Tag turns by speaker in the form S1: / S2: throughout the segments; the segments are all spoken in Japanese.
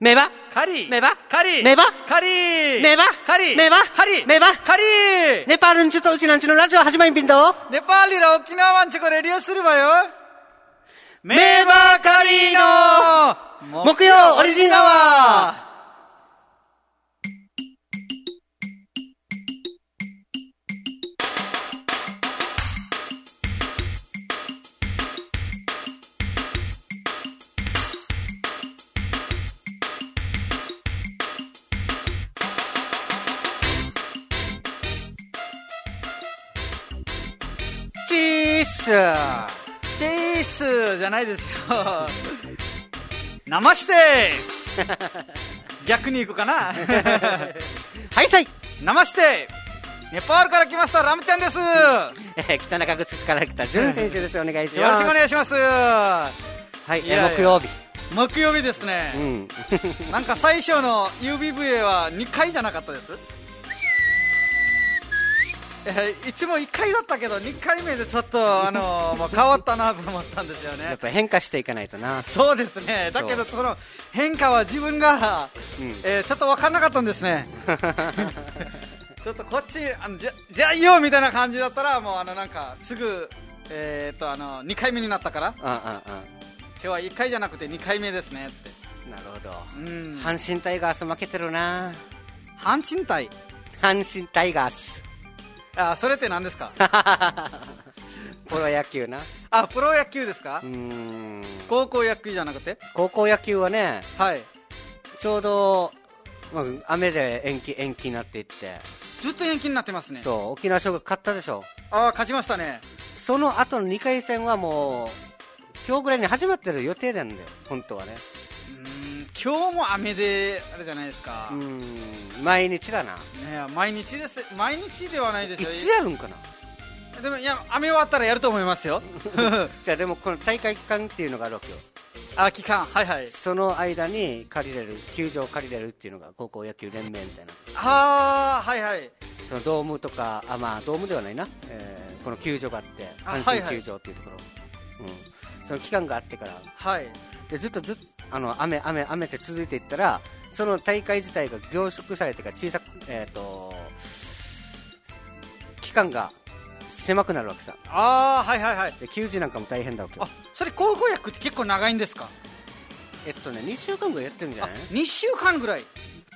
S1: メバ
S2: カリー
S1: メバ
S2: カリー
S1: メバ
S2: カリー
S1: メバ
S2: カリー
S1: メバ
S2: カリー
S1: メバ
S2: カリー
S1: ネパールんちゅとうちなんちゅのラジオ始まりんぴんどう
S2: ネパールら沖縄湾チコレ利用するわよメ
S1: バカリ
S2: ーの
S1: 木曜オリジンアワチース
S2: ーチースじゃないですよ 生して逆に行くかな
S1: はいさい、
S2: 生してネパールから来ましたラムちゃんですよ
S1: えー、 北中城から来た潤選手ですお願いします
S2: ろしくお願いします
S1: はい、えー
S2: いやいや
S1: 木曜日
S2: 木曜日ですね、
S1: うん
S2: なんか最初の UBVA は2回じゃなかったですえー一問1回だったけど2回目でちょっと、あのーもう変わったなと思ったんですよ
S1: や
S2: ね
S1: っぱ変化していかないとな
S2: そうですねだけどその変化は自分が、
S1: うん
S2: えーちょっと分かんなかったんで すねちょっとこっちあのじゃじゃあいいよみたいな感じだったらもうあのなんかすぐ、えーっとあの2回目になったから
S1: うんうんうん
S2: 今日は1回じゃなくて2回目ですねって
S1: なるほど、
S2: うん
S1: 阪神タイガース負けてるな
S2: 阪神対
S1: 阪神タイガース
S2: あそれって何ですか
S1: プロ野球な
S2: あプロ野球ですか
S1: うーん
S2: 高校野球じゃなくて
S1: 高校野球はね
S2: はい
S1: ちょうど、まあ、雨で延期延期になっていって、
S2: ずっと延期になってますね
S1: そう沖縄尚学勝ったでしょ
S2: あ勝ちましたね
S1: その後の2回戦はもう今日ぐらいに始まってる予定なんだよ本当はね
S2: うーん今日も雨であれじゃないですか、
S1: う
S2: ね
S1: ーん毎日だな
S2: え毎日です毎日ではないで
S1: い
S2: すよ
S1: つやるんかな
S2: でもいや雨終わったらやると思いま すよ
S1: じゃあでもこの大会期間っていうのがあるわけよ
S2: あ期間はいはい
S1: その間に借りれる球場を借りれるっていうのが高校野球連盟みたいな
S2: ああはいはい
S1: そのドームとかあまあドームではないな、えーこの球場があって
S2: あ
S1: 阪
S2: はい
S1: 神
S2: はい
S1: 球場っていうところ、うん、その期間があってから
S2: はい
S1: でずっとずっあの雨、雨、雨って続いていったら、その大会自体が凝縮されてから小さく、えー、と期間が狭くなるわけさ、
S2: ああはいはいはい
S1: で球児なんかも大変だわけよ
S2: あ、それ高校野球って結構長いんですか
S1: えっとね、2週間ぐらいやってるんじゃない
S2: 2週間ぐらい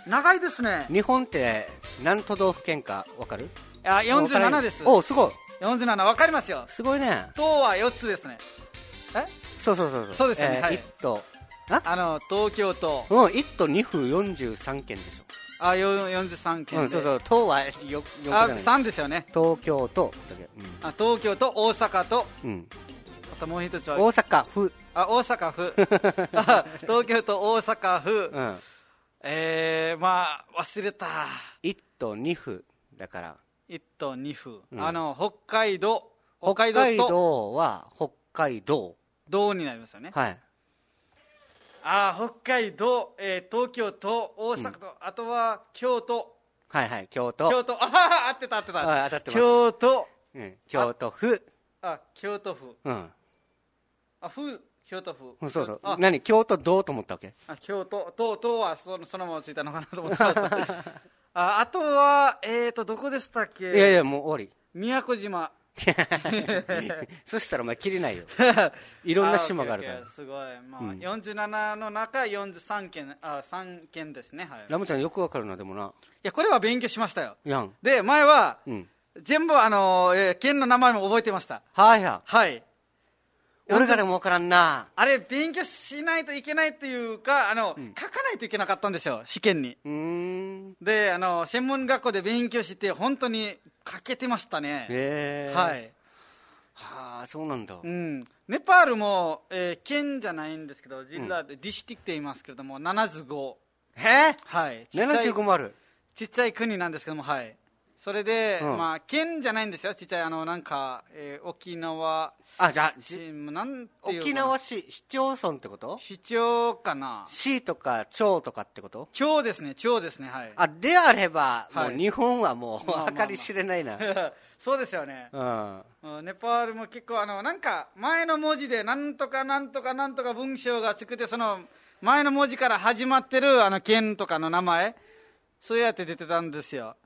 S2: 長いですね
S1: 日本って何都道府県かわかる
S2: あ
S1: わから
S2: 47
S1: ん
S2: です
S1: おすごい、
S2: 47わかりますよ
S1: すごいね、
S2: 東は4つですね
S1: そうそうそう、
S2: そうですよね
S1: えー
S2: はい
S1: 一都、
S2: あの東京都
S1: うん、1都2府43県でし
S2: あよ43
S1: ょ、
S2: 県
S1: う
S2: で、
S1: ん、そうそう、都はよよくじゃ
S2: あ
S1: ない
S2: 3ですよね
S1: 東京都だけ、
S2: あ東京と大阪と
S1: うんうん、
S2: あともう一つ
S1: 大
S2: は
S1: 阪府、
S2: あ大 阪府あ東京と大阪府、
S1: うん。
S2: えー、まあ忘れた
S1: 1都2府だから
S2: 1都2府、
S1: うん
S2: あの北海道
S1: 北
S2: 北
S1: 海
S2: 海道と
S1: 道は北海道
S2: 道になりますよね
S1: はい
S2: あー北海道、えー東京都大阪と、あとは京都
S1: はいはい京都
S2: 京都あはは合ってた合って
S1: はい
S2: た
S1: 当たってます
S2: 京都
S1: うん、京都府
S2: あ京都府
S1: うん
S2: あ府京都府
S1: そうそう
S2: あ
S1: 何京都道と思ったわけ
S2: あ京都、とうとうはそのそのままついたのかなと思ってま した。ああとは、えーと、どこでしたっけ、
S1: いやいやもう終
S2: 宮古島、
S1: わり そしたらお前切れ ないよいろんな島があるか
S2: オ
S1: ら
S2: ッケーオッケーすごい、まあ
S1: うん
S2: 47の中、43件あ、3件ですね、はい、い
S1: ラムちゃんよくわかるなでもな
S2: や、これは勉強しましたよ、
S1: やん
S2: で前は、
S1: うん
S2: 全部、あのえー県の名前も覚えてました、
S1: はいは
S2: はい、
S1: い俺がでもわからんな
S2: あれ、勉強しないといけないっていうか、あの書かないといけなかったんでしょ、試験に。
S1: うーん
S2: であの専門学校で勉強して、本当に書けてましたね。
S1: へえ
S2: はい、
S1: はあそうなんだ
S2: うん、ネパールも、えー県じゃないんですけど、ジラで、ディシュティクって言いますけれども、75、
S1: へ
S2: はい、ち
S1: え
S2: っちゃい
S1: 75もある
S2: ちっちゃい国なんですけども、はい、それで、
S1: うん
S2: まあ、県じゃないんですよ、ちっちゃい、あのなんか、えー沖縄
S1: あじゃあ
S2: 市、なんていう
S1: 沖
S2: のかな
S1: 縄市市町村ってこと
S2: 市長かな、
S1: 市とか町とかってこと
S2: 町ですね、町ですね、はい。
S1: あであれば、
S2: はい
S1: もう日本はもう
S2: まあまあまあ
S1: 計り知れないな、
S2: そうですよね、
S1: うん
S2: うんネパールも結構あのなんか前の文字でなんとかなんとかなんとか文章がつくてその前の文字から始まってるあの県とかの名前そうやって出てたんですよ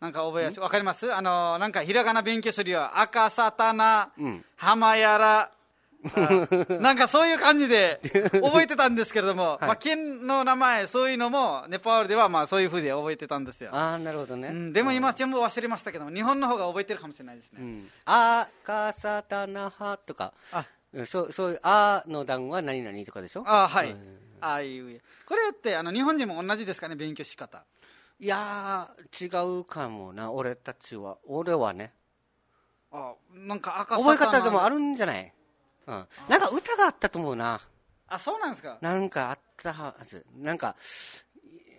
S2: なんか覚えやすいわかりますあのなんかひらがな勉強するよ赤さたな、
S1: うん
S2: 浜やらあなんかそういう感じで覚えてたんですけ れども、まあ、県の名前そういうのもネパールではまあそういうふうで覚えてたんですよ、
S1: ああなるほどね、
S2: うん、でも今全部忘れましたけども日本の方が覚えてるかもしれないですね、
S1: うん「あ」「か」「さ」「た」「な」「は」とか
S2: あ
S1: うんそうそういう「あ」の段は何々とかでしょ
S2: あはい、ああいうこれってあの日本人も同じですかね勉強し方
S1: いやー違うかもな俺たちは俺はね
S2: あなんか赤
S1: 覚え方でもあ
S2: る
S1: るんじゃない、うん、なんか歌があったと思うな
S2: あそうなんですか
S1: なんかあったはずなんか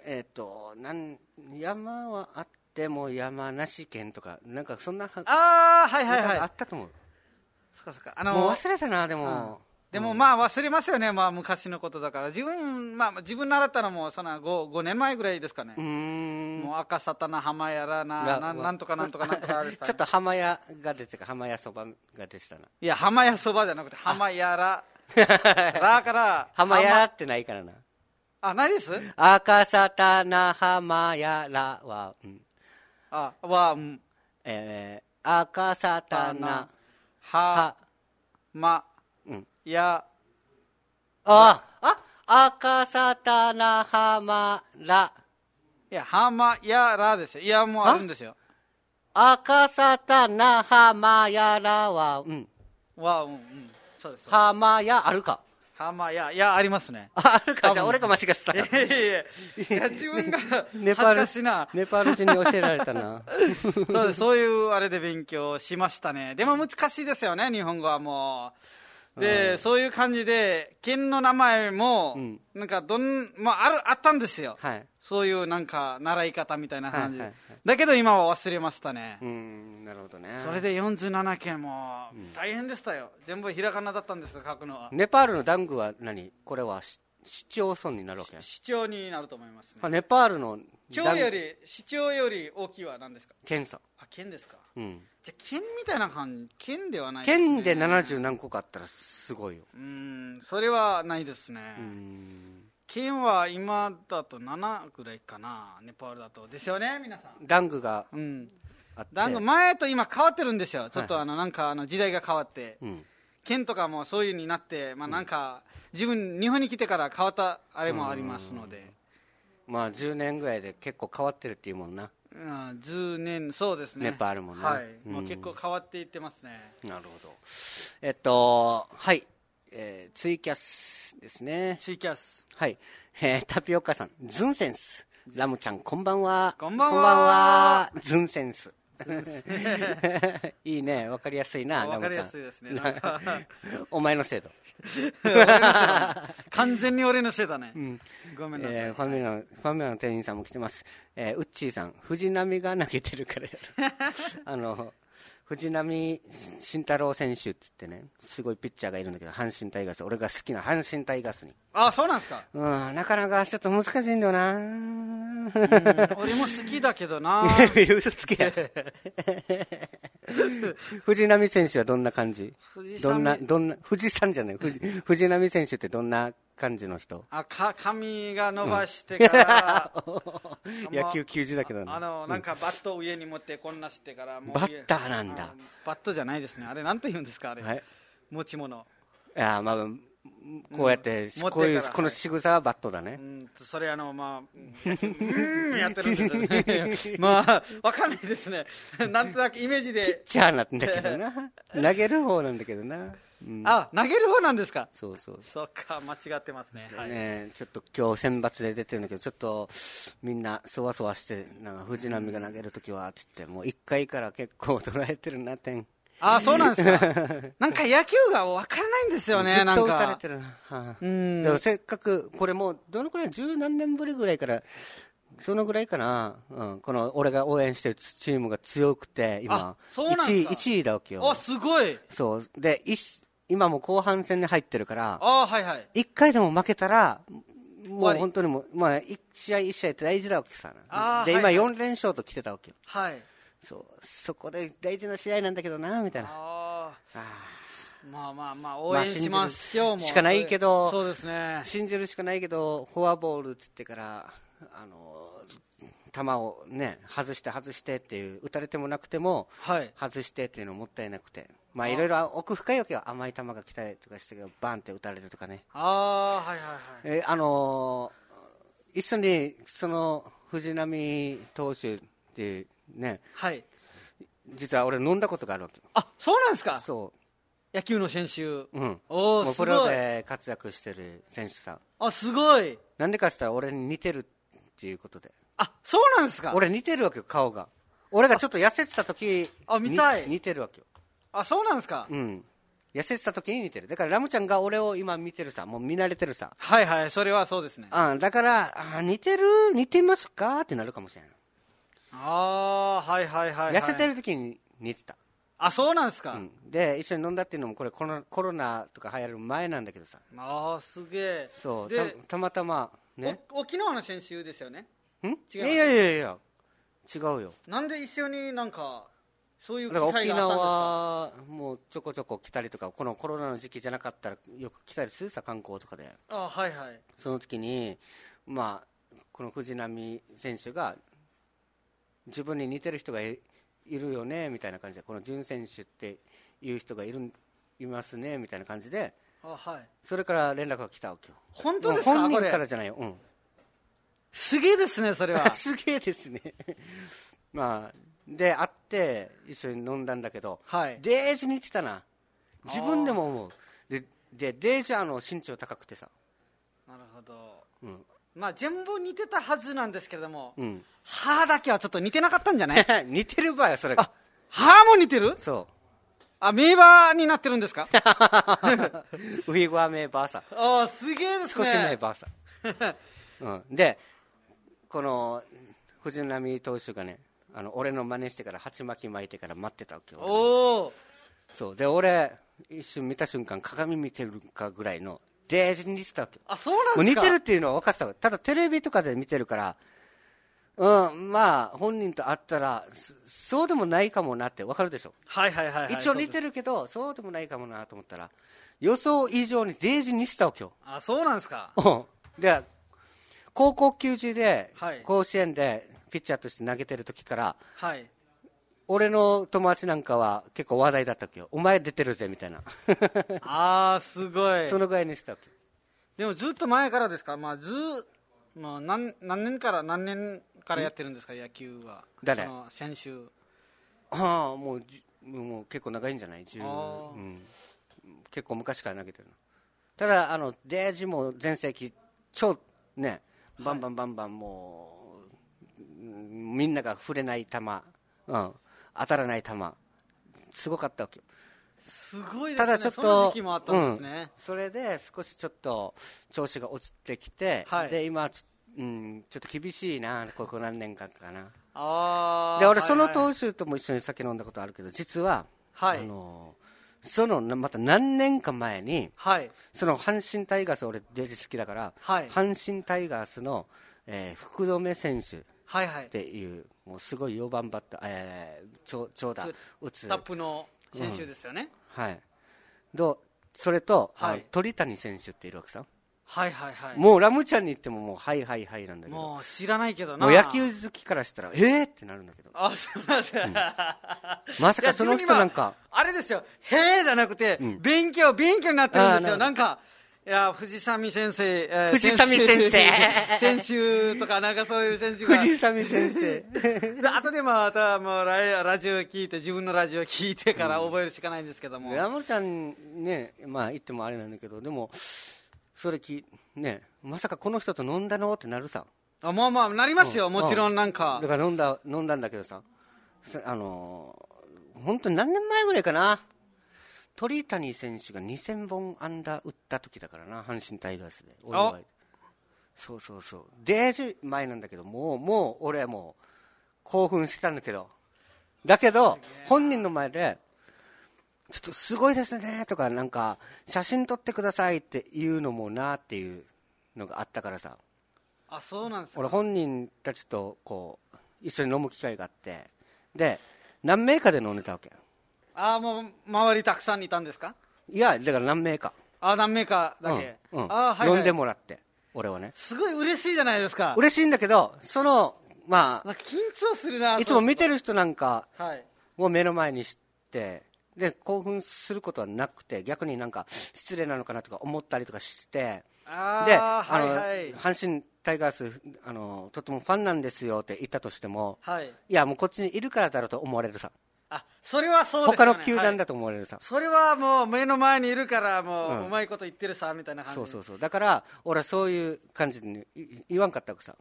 S1: えっ、となん山はあっても山梨県とかなんかそんなは
S2: ああはいはい
S1: 歌
S2: はい
S1: があったと思う、
S2: そっかそっかあの
S1: もう忘れたなでも、
S2: でもまあ忘れますよね、まあ、昔のことだから自分,、まあ、自分習ったのもその 5, 5年前ぐらいですかね、
S1: うーん
S2: もう赤沙汰な浜やらな
S1: が
S2: な
S1: わ
S2: なんとかなんとかなんとかあれでしたね
S1: ちょっと浜屋が出てか浜屋そばが出てたない
S2: や浜やそばじゃなくて浜やららから
S1: 浜屋ってないからな
S2: あないです
S1: 赤さたな浜屋らは、うん
S2: あは、うん、
S1: えー、赤さたな
S2: は
S1: は
S2: ま
S1: うん
S2: や
S1: ああ赤さたな浜ら
S2: いや、ハマヤラですよ。いや、もうあるんですよ。
S1: 赤さたな浜屋らはうん
S2: わ、うん、うん。そうです。
S1: 浜屋あるか。
S2: ハマヤ、いや、ありますね
S1: あある
S2: 多
S1: か
S2: 分
S1: じゃあ俺が間違ってた
S2: いやいやいやいや、自分が恥ず
S1: ネパール
S2: かしいな。
S1: ネパール人に教えられたな
S2: そうです。そういうあれで勉強しまし たね。でも難しいですよね、日本語はもう。で、そういう感じで、県の名前も
S1: うん、
S2: なんか、どん、まあ、ある、あったんですよ。
S1: はい
S2: そういうなんか、習い方みたいな感じ
S1: はいはい
S2: だけど今は忘れましたね
S1: う。んなるほどね
S2: それで47件も、大変でしたよ。全部ひらがなだったんですよ、書くのは。
S1: ネパールのダングは何これは市市町村になるわけ
S2: 市長になると思いますね
S1: あネパールの
S2: 町
S1: ダン
S2: より市長より大きいは何ですか
S1: 県さ、
S2: あ県ですか
S1: うん、
S2: じゃあ県みたいな感じ県ではないすね
S1: 県で70何個かあったらすごいよ
S2: うーんそれはないですね、
S1: うん
S2: 県は今だと7ぐらいかなネパールだとですよね皆さん
S1: ダングが
S2: うん
S1: あって
S2: だんご前と今変わってるんですよちょっと
S1: はい
S2: あのなんかあの時代が変わって
S1: うん
S2: 県とかもそういうになってまあなんか自分日本に来てから変わったあれもありますので
S1: まあ10年ぐらいで結構変わってるっていうもんな
S2: うん10年そうですね
S1: ネパールもね
S2: はいもう
S1: うん
S2: 結構変わっていってますね
S1: なるほどえっとはい、えーツイキャスですね
S2: ツイキャス
S1: はい、えータピオカさんズンセンスラムちゃんこんばんは
S2: こんばんは
S1: こんばんはズンセンス いいねわかりやすいなラ
S2: わか
S1: ム
S2: り
S1: ちゃ
S2: や
S1: ん
S2: すいですねなんか
S1: お前のせいだ、
S2: 完全に俺のせいだね、
S1: ん
S2: ごめんなさい、
S1: えーファミマのファミマの店員さんも来てます、えーウッチーさん藤波が投げてるからやろ あの藤波慎太郎選手っつってねすごいピッチャーがいるんだけど阪神タイガース俺が好きな阪神タイガースに
S2: あそうなんですか
S1: うんなかなかちょっと難しいんだよな、
S2: 俺も好きだけどな
S1: 嘘つけや 藤波選手はどんな感じ
S2: 藤
S1: どんな
S2: 波
S1: どんな藤さんじゃない藤藤波選手ってどんな感じの人
S2: あか髪が伸ばしてから、
S1: 野球球児だけどな
S2: あのなんかバットを上に持ってこんなしてからもう
S1: バッターなんだ
S2: あバットじゃないですねあれなんて言うんですかあれ、
S1: はい
S2: 持ち物、
S1: いやまあこうやって、
S2: 持ってから
S1: こういう
S2: はい
S1: この仕草はバットだね
S2: う、ん、それあの まあうんうんやってるんですよねまあわかんないですねなんとなくイメージで
S1: じゃあなんだけどな 投げる方なんだけどな、うん、
S2: あ投げる方なんですか
S1: そうそうそ
S2: そっか間違ってますね、
S1: う、
S2: はい、
S1: ねちょっと今日選抜で出てるんだけどちょっとみんなそわそわしてなんか藤浪が投げるときはって言ってもう1回から結構捉えてるな点
S2: ああ、そうなんで すか。なんか野球が分からないんですよ
S1: ず
S2: ね、
S1: っ
S2: なん
S1: と打たれ
S2: か
S1: て。るな、はあ
S2: うん
S1: でもせっかくこれもうどのくらい十何年ぶりぐらいからそのぐらいかな、うん、この俺が応援してるチームが強くて今
S2: あそうなん
S1: 1
S2: す
S1: 位
S2: か
S1: 1位だわけよ
S2: あ、すごい。
S1: そう。で、いし今もう後半戦に入ってるから、
S2: ああ、はいはい。
S1: 一回でも負けたら、
S2: 終
S1: も
S2: わ
S1: う
S2: り
S1: 本当にもう、まあ、一試合一試合って大事なわけさ
S2: あ。ー
S1: で、
S2: は
S1: 今
S2: い
S1: 4連勝と来てたわけよ。
S2: はい。
S1: そうそこで大事な試合なんだけどなみたいな
S2: あ
S1: あ
S2: ーまあまあまあ、応援します
S1: まあ
S2: よ、
S1: 信じるしかないけど
S2: そうですね
S1: ー、信じるしかないけどフォアボールっつってからあの球をね外して外してっていう打たれてもなくても
S2: はい、
S1: 外してっていうのもったいなくてまあ
S2: あ
S1: いろいろ奥深いわけよ甘い球が来たりとかしてけどバンって打たれるとかね
S2: あーはいはいはい、
S1: えーあのー一緒にその藤浪投手っていうね
S2: はい、
S1: 実は俺飲んだことがあるわけよ
S2: あそうなんですか、
S1: そ
S2: 野球の選手、
S1: ううん
S2: お
S1: も
S2: お、
S1: う
S2: す
S1: プロ
S2: ごい、
S1: で活躍してる選手さん
S2: あすごい、
S1: なんでかって言ったら俺に似てるっていうことで
S2: あそうなんですか、
S1: 俺似てるわけよ顔が俺がちょっと痩せてた時
S2: あ見たい
S1: に似てるわけよ
S2: あそうなんですか、
S1: うん痩せてた時に似てるだからラムちゃんが俺を今見てるさもう見慣れてるさ
S2: はいはい、それはそうですね、
S1: あだからあ似てる似てますかってなるかもしれない
S2: ああ、はいはいはい、はい、
S1: 痩せてる時に似てた
S2: あそうなんですか、
S1: うんで一緒に飲んだっていうのもこれコロナコロナとか流行る前なんだけどさ
S2: ああ、すげえ、
S1: そうた
S2: で、
S1: たまたまね
S2: お沖縄の選手ですよね、
S1: んい
S2: 違い
S1: や
S2: ます
S1: いやいやいや違うよ
S2: なんで一緒になんか、そういう
S1: だ
S2: 機
S1: から
S2: 会があったん
S1: 沖
S2: ですか、
S1: 縄もうちょこちょこ来たりとかこのコロナの時期じゃなかったらよく来たりするさ観光とかで
S2: ああはいはい、
S1: その時にまあこの藤浪選手が自分に似てる人がいいるよねみたいな感じでこの潤選手っていう人がいるんいますねみたいな感じで
S2: あはい、
S1: それから連絡が来たわけよ
S2: 本当ですか、
S1: 本
S2: こ
S1: 人
S2: れ
S1: からじゃないよ、うん、
S2: すげえですね、そ れは。
S1: すげえですねまあで会って一緒に飲んだんだけど、
S2: はい。
S1: デージ似てたな自分でも思うででデージはあの身長高くてさ
S2: なるほど。
S1: うん、
S2: まあ、全部似てたはずなんですけれども、
S1: うん、
S2: 歯だけはちょっと似てなかったんじゃない
S1: 似てる場合はそれが
S2: あ、歯も似てる
S1: そ
S2: あ、名場になってるんで すか
S1: う ウイグアメバーサ
S2: ああ、すげえです
S1: 少
S2: ね。
S1: し前バーサ、うん、でこの藤浪投手がねあの俺の真似してから鉢巻き巻いてから待ってたわけよ俺の
S2: おお。
S1: そうで俺一瞬見た瞬間鏡見てるかぐらいのデージに似てたわけよ
S2: あ、そうな
S1: もうん
S2: で
S1: 似
S2: すか
S1: てるっていうのは分かってたわけただテレビとかで見てるからうんまあ本人と会ったらそそうでもないかもなって分かるでしょ、
S2: はいはいはい、はい。
S1: 一応似
S2: る。
S1: てるけどそうでもないかもなと思ったら予想以上にデージに似てたわけよ
S2: あ、そうなんですか。
S1: うんで高校球児で
S2: はい
S1: 甲子園でピッチャーとして投げてる時から
S2: はい。
S1: 俺の友達なんかは結構話題だったわけよお前出てるぜみたいな
S2: ああ、すごい
S1: そ。のぐらいにしたわけ。
S2: でもずっと前からですかまあ、ず、まあ、何、何年から、何年からやってるんですか野球は。
S1: 誰
S2: その選手。
S1: ああ、もうじ、もう結構長いんじゃない十、
S2: あー
S1: うん。結構昔から投げてるの。ただ、あの、デージも全盛期、超、ね、バンバンバンバンもう、うんみんなが触れない球、うん、当たらない球、すごかったわけよ。
S2: すごいです
S1: ただ
S2: ね。
S1: ちょっ
S2: その
S1: と
S2: 時、期もあったんですね。
S1: うんそれで少しちょっと調子が落ちてきて、
S2: はい
S1: で、今ちょ、うん、ちょっと厳しいな、ここ何年間かな。
S2: ああ。
S1: で俺、
S2: はい
S1: その
S2: はい
S1: 投手とも一緒に酒飲んだことあるけど、実は、
S2: はい
S1: あのそのなまた何年か前に、
S2: はい。
S1: その阪神タイガース、俺、デージ好きだから、
S2: はい
S1: 阪神タイガースの、えー福留選手っ
S2: はいはい。
S1: ていう、もうすごい4番バッター、えー、長長打
S2: そう
S1: 打つ、
S2: タッ
S1: は
S2: プの選手ですよね。
S1: い、どそれと、
S2: はい
S1: あの鳥谷選手っているわけさ、
S2: はいはいはい。も
S1: もうラムちゃんに言っても、もうはいはいはいなんだ
S2: う
S1: けど、
S2: 知らないけどな。
S1: もう野球好きからしたら、えーってなるんだけど、
S2: あ、そうなんです か。
S1: まさかその人なんか。
S2: あれですよ、へえじゃなくて、勉強、勉強になってるんです
S1: あー
S2: よ。
S1: な
S2: なんか、いや、藤波先生、えー
S1: 藤波先生
S2: 先週とか、なんかそういう選手が。
S1: 藤波先生
S2: で後でまた、もうララジオ聞いて、自分のラジオ聞いてから覚えるしかないんですけども。
S1: 山ちゃんねまあ言ってもあれなんだけどでもそれきねまさかこの人と飲んだのってなるさ
S2: あまあまあ、なりますよ。
S1: うん
S2: もちろんなんか
S1: だ。から飲んだ飲んだんだけどささあのー本当に何年前ぐらいかな鳥谷選手が2000本アンダー打った時だからな阪神タイガースでお祝いそうそうそうデージ前なんだけどもうもう俺はもう興奮してたんだけどだけど本人の前でちょっとすごいですねとかなんか写真撮ってくださいっていうのもなっていうのがあったからさ
S2: あ、そうなんですか
S1: 俺本人たちとこう一緒に飲む機会があってで、何名かで飲んでたわけ。
S2: ああ、もう、周りたくさんいたんですか
S1: いや、だから何名か。
S2: ああ、何名かだけ。
S1: うんうん
S2: ああ、はい、
S1: 呼
S2: はい。
S1: んでもらって、俺はね。
S2: すごい嬉しいじゃないですか。
S1: 嬉しいんだけど、その、ま
S2: なんか緊張するな
S1: あ、
S2: と
S1: いつも見てる人なんか
S2: はい。
S1: を目の前にして、で、興奮することはなくて、逆になんか失礼なのかなとか思ったりとかして、
S2: あ
S1: で、
S2: あ、
S1: あの、
S2: はい、はい。
S1: 阪神タイガース、あの、とてもファンなんですよって言ったとしても、
S2: はい。
S1: いや、もうこっちにいるからだろうと思われるさ。
S2: あ、それはそうです
S1: 他
S2: よね。
S1: の球団
S2: はい
S1: だと思われるさ。
S2: それはもう目の前にいるから、もう、
S1: う
S2: うんまいこと言ってるさ、みたいな感じ。。
S1: そうそううそう。だから、俺はそういう感じでいい言わんかったわけさ。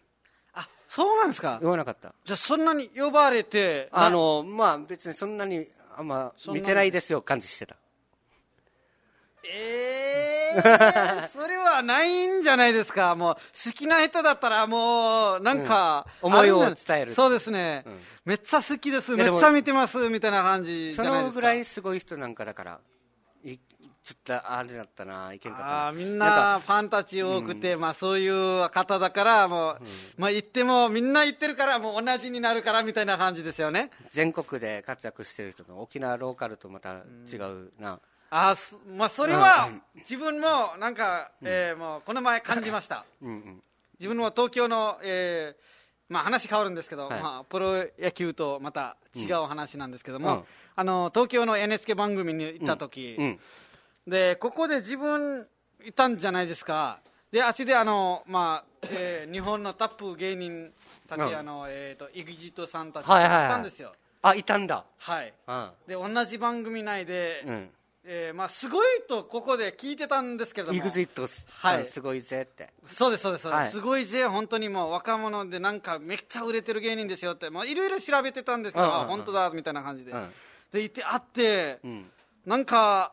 S2: あ、そうなんですか
S1: 言わなかった。
S2: じゃあそんなに呼ばれて、
S1: あの、まあ別にそんなに、あんま
S2: そんな
S1: 見
S2: に
S1: てないですよ感じしてた。
S2: ええー、それはないんじゃないですか、もう好きな人だったら、もうなんか、
S1: うん思いを
S2: あるんだ
S1: 伝える
S2: そうですね、
S1: うん
S2: めっちゃ好きです、
S1: い
S2: め
S1: やでも
S2: っちゃ見てますみたいな感じじ
S1: そ
S2: ゃないで
S1: の
S2: すか、
S1: ぐらいすごい人なんかだから、いちょっとあれだったな、いけんかったな。
S2: あーみん
S1: な
S2: な
S1: か、
S2: んファンたち多くて、まあ、そういう方だから、もう、まあ、言っても、みんな言ってるから、もう同じになるからみたいな感じですよね。
S1: 全国で活躍してる人の沖縄ローカルとまた違うな。
S2: あーすまあ、それは自分もなんか、えーもうこの前感じました。
S1: うんうん。
S2: 自分も東京の、えーまあ、話変わるんですけど、
S1: はい
S2: まあ、プロ野球とまた違う話なんですけども、
S1: うん
S2: あの東京の NHK 番組に行った時、
S1: うん。
S2: でここで自分いたんじゃないですかであっちであの、まあえー日本のタップ芸人たち、
S1: うん
S2: あのえー、と EXIT さんたち
S1: はいはいはい
S2: がいたんですよ、
S1: あ、いたんだ。
S2: はい
S1: うん。
S2: で同じ番組内で、
S1: うん。
S2: えーまあ、すごいとここで聞いてたんですけれども
S1: イグジット
S2: は
S1: さん
S2: い
S1: すごいぜって。
S2: そうですそうですそうです、
S1: はい
S2: すごいぜ本当にもう若者でなんかめっちゃ売れてる芸人ですよってもういろいろ調べてたんですけど、
S1: うんうんうん
S2: あ本当だみたいな感じで、
S1: うん
S2: で行って会って、
S1: うん。
S2: なんか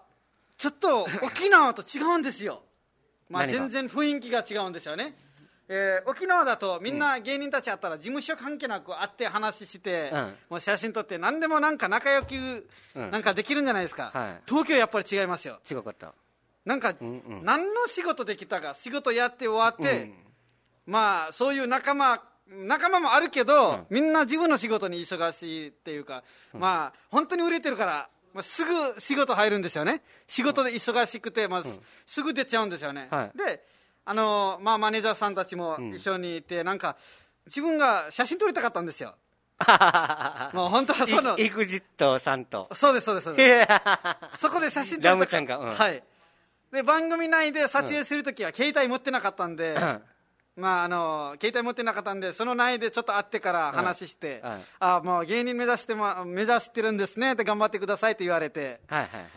S2: ちょっと沖縄と違うんですよまあ
S1: 何が
S2: 全然雰囲気が違うんですよねえー沖縄だとみんな芸人たち会ったら事務所関係なく会って話して、
S1: うん
S2: もう写真撮って何でもなんか仲良く
S1: うん
S2: なんかできるんじゃないですか、
S1: はい
S2: 東京やっぱり違いますよ
S1: 違かった。
S2: なんか、
S1: うんうん
S2: 何の仕事できたか、仕事やって終わって、まあ、そういう仲間、仲間もあるけど、
S1: うん
S2: みんな自分の仕事に忙しいっていうか、まあ、本当に売れてるから、まあ、すぐ仕事入るんですよね。仕事で忙しくて、まあ、すすぐ出ちゃうんですよね。
S1: はい
S2: で、あのまあ、マネージャーさんたちも
S1: ん
S2: 一緒にいて、なんか、自分が写真撮りたかったんです よ。もう本当はその
S1: イ、グジットさんと。
S2: そうです、そうです、そうです。 そこで写真撮
S1: ラ
S2: る
S1: ム
S2: と
S1: ちゃんがうん
S2: はい。で、番組内で撮影するときは、携帯持ってなかったんで、まあ、あの、携帯持ってなかったんで、その内でちょっと会ってから話して、
S1: うんうん
S2: あもう芸人目指して、ま、目指してるんですねって頑張ってくださいって言われて、
S1: はいはいは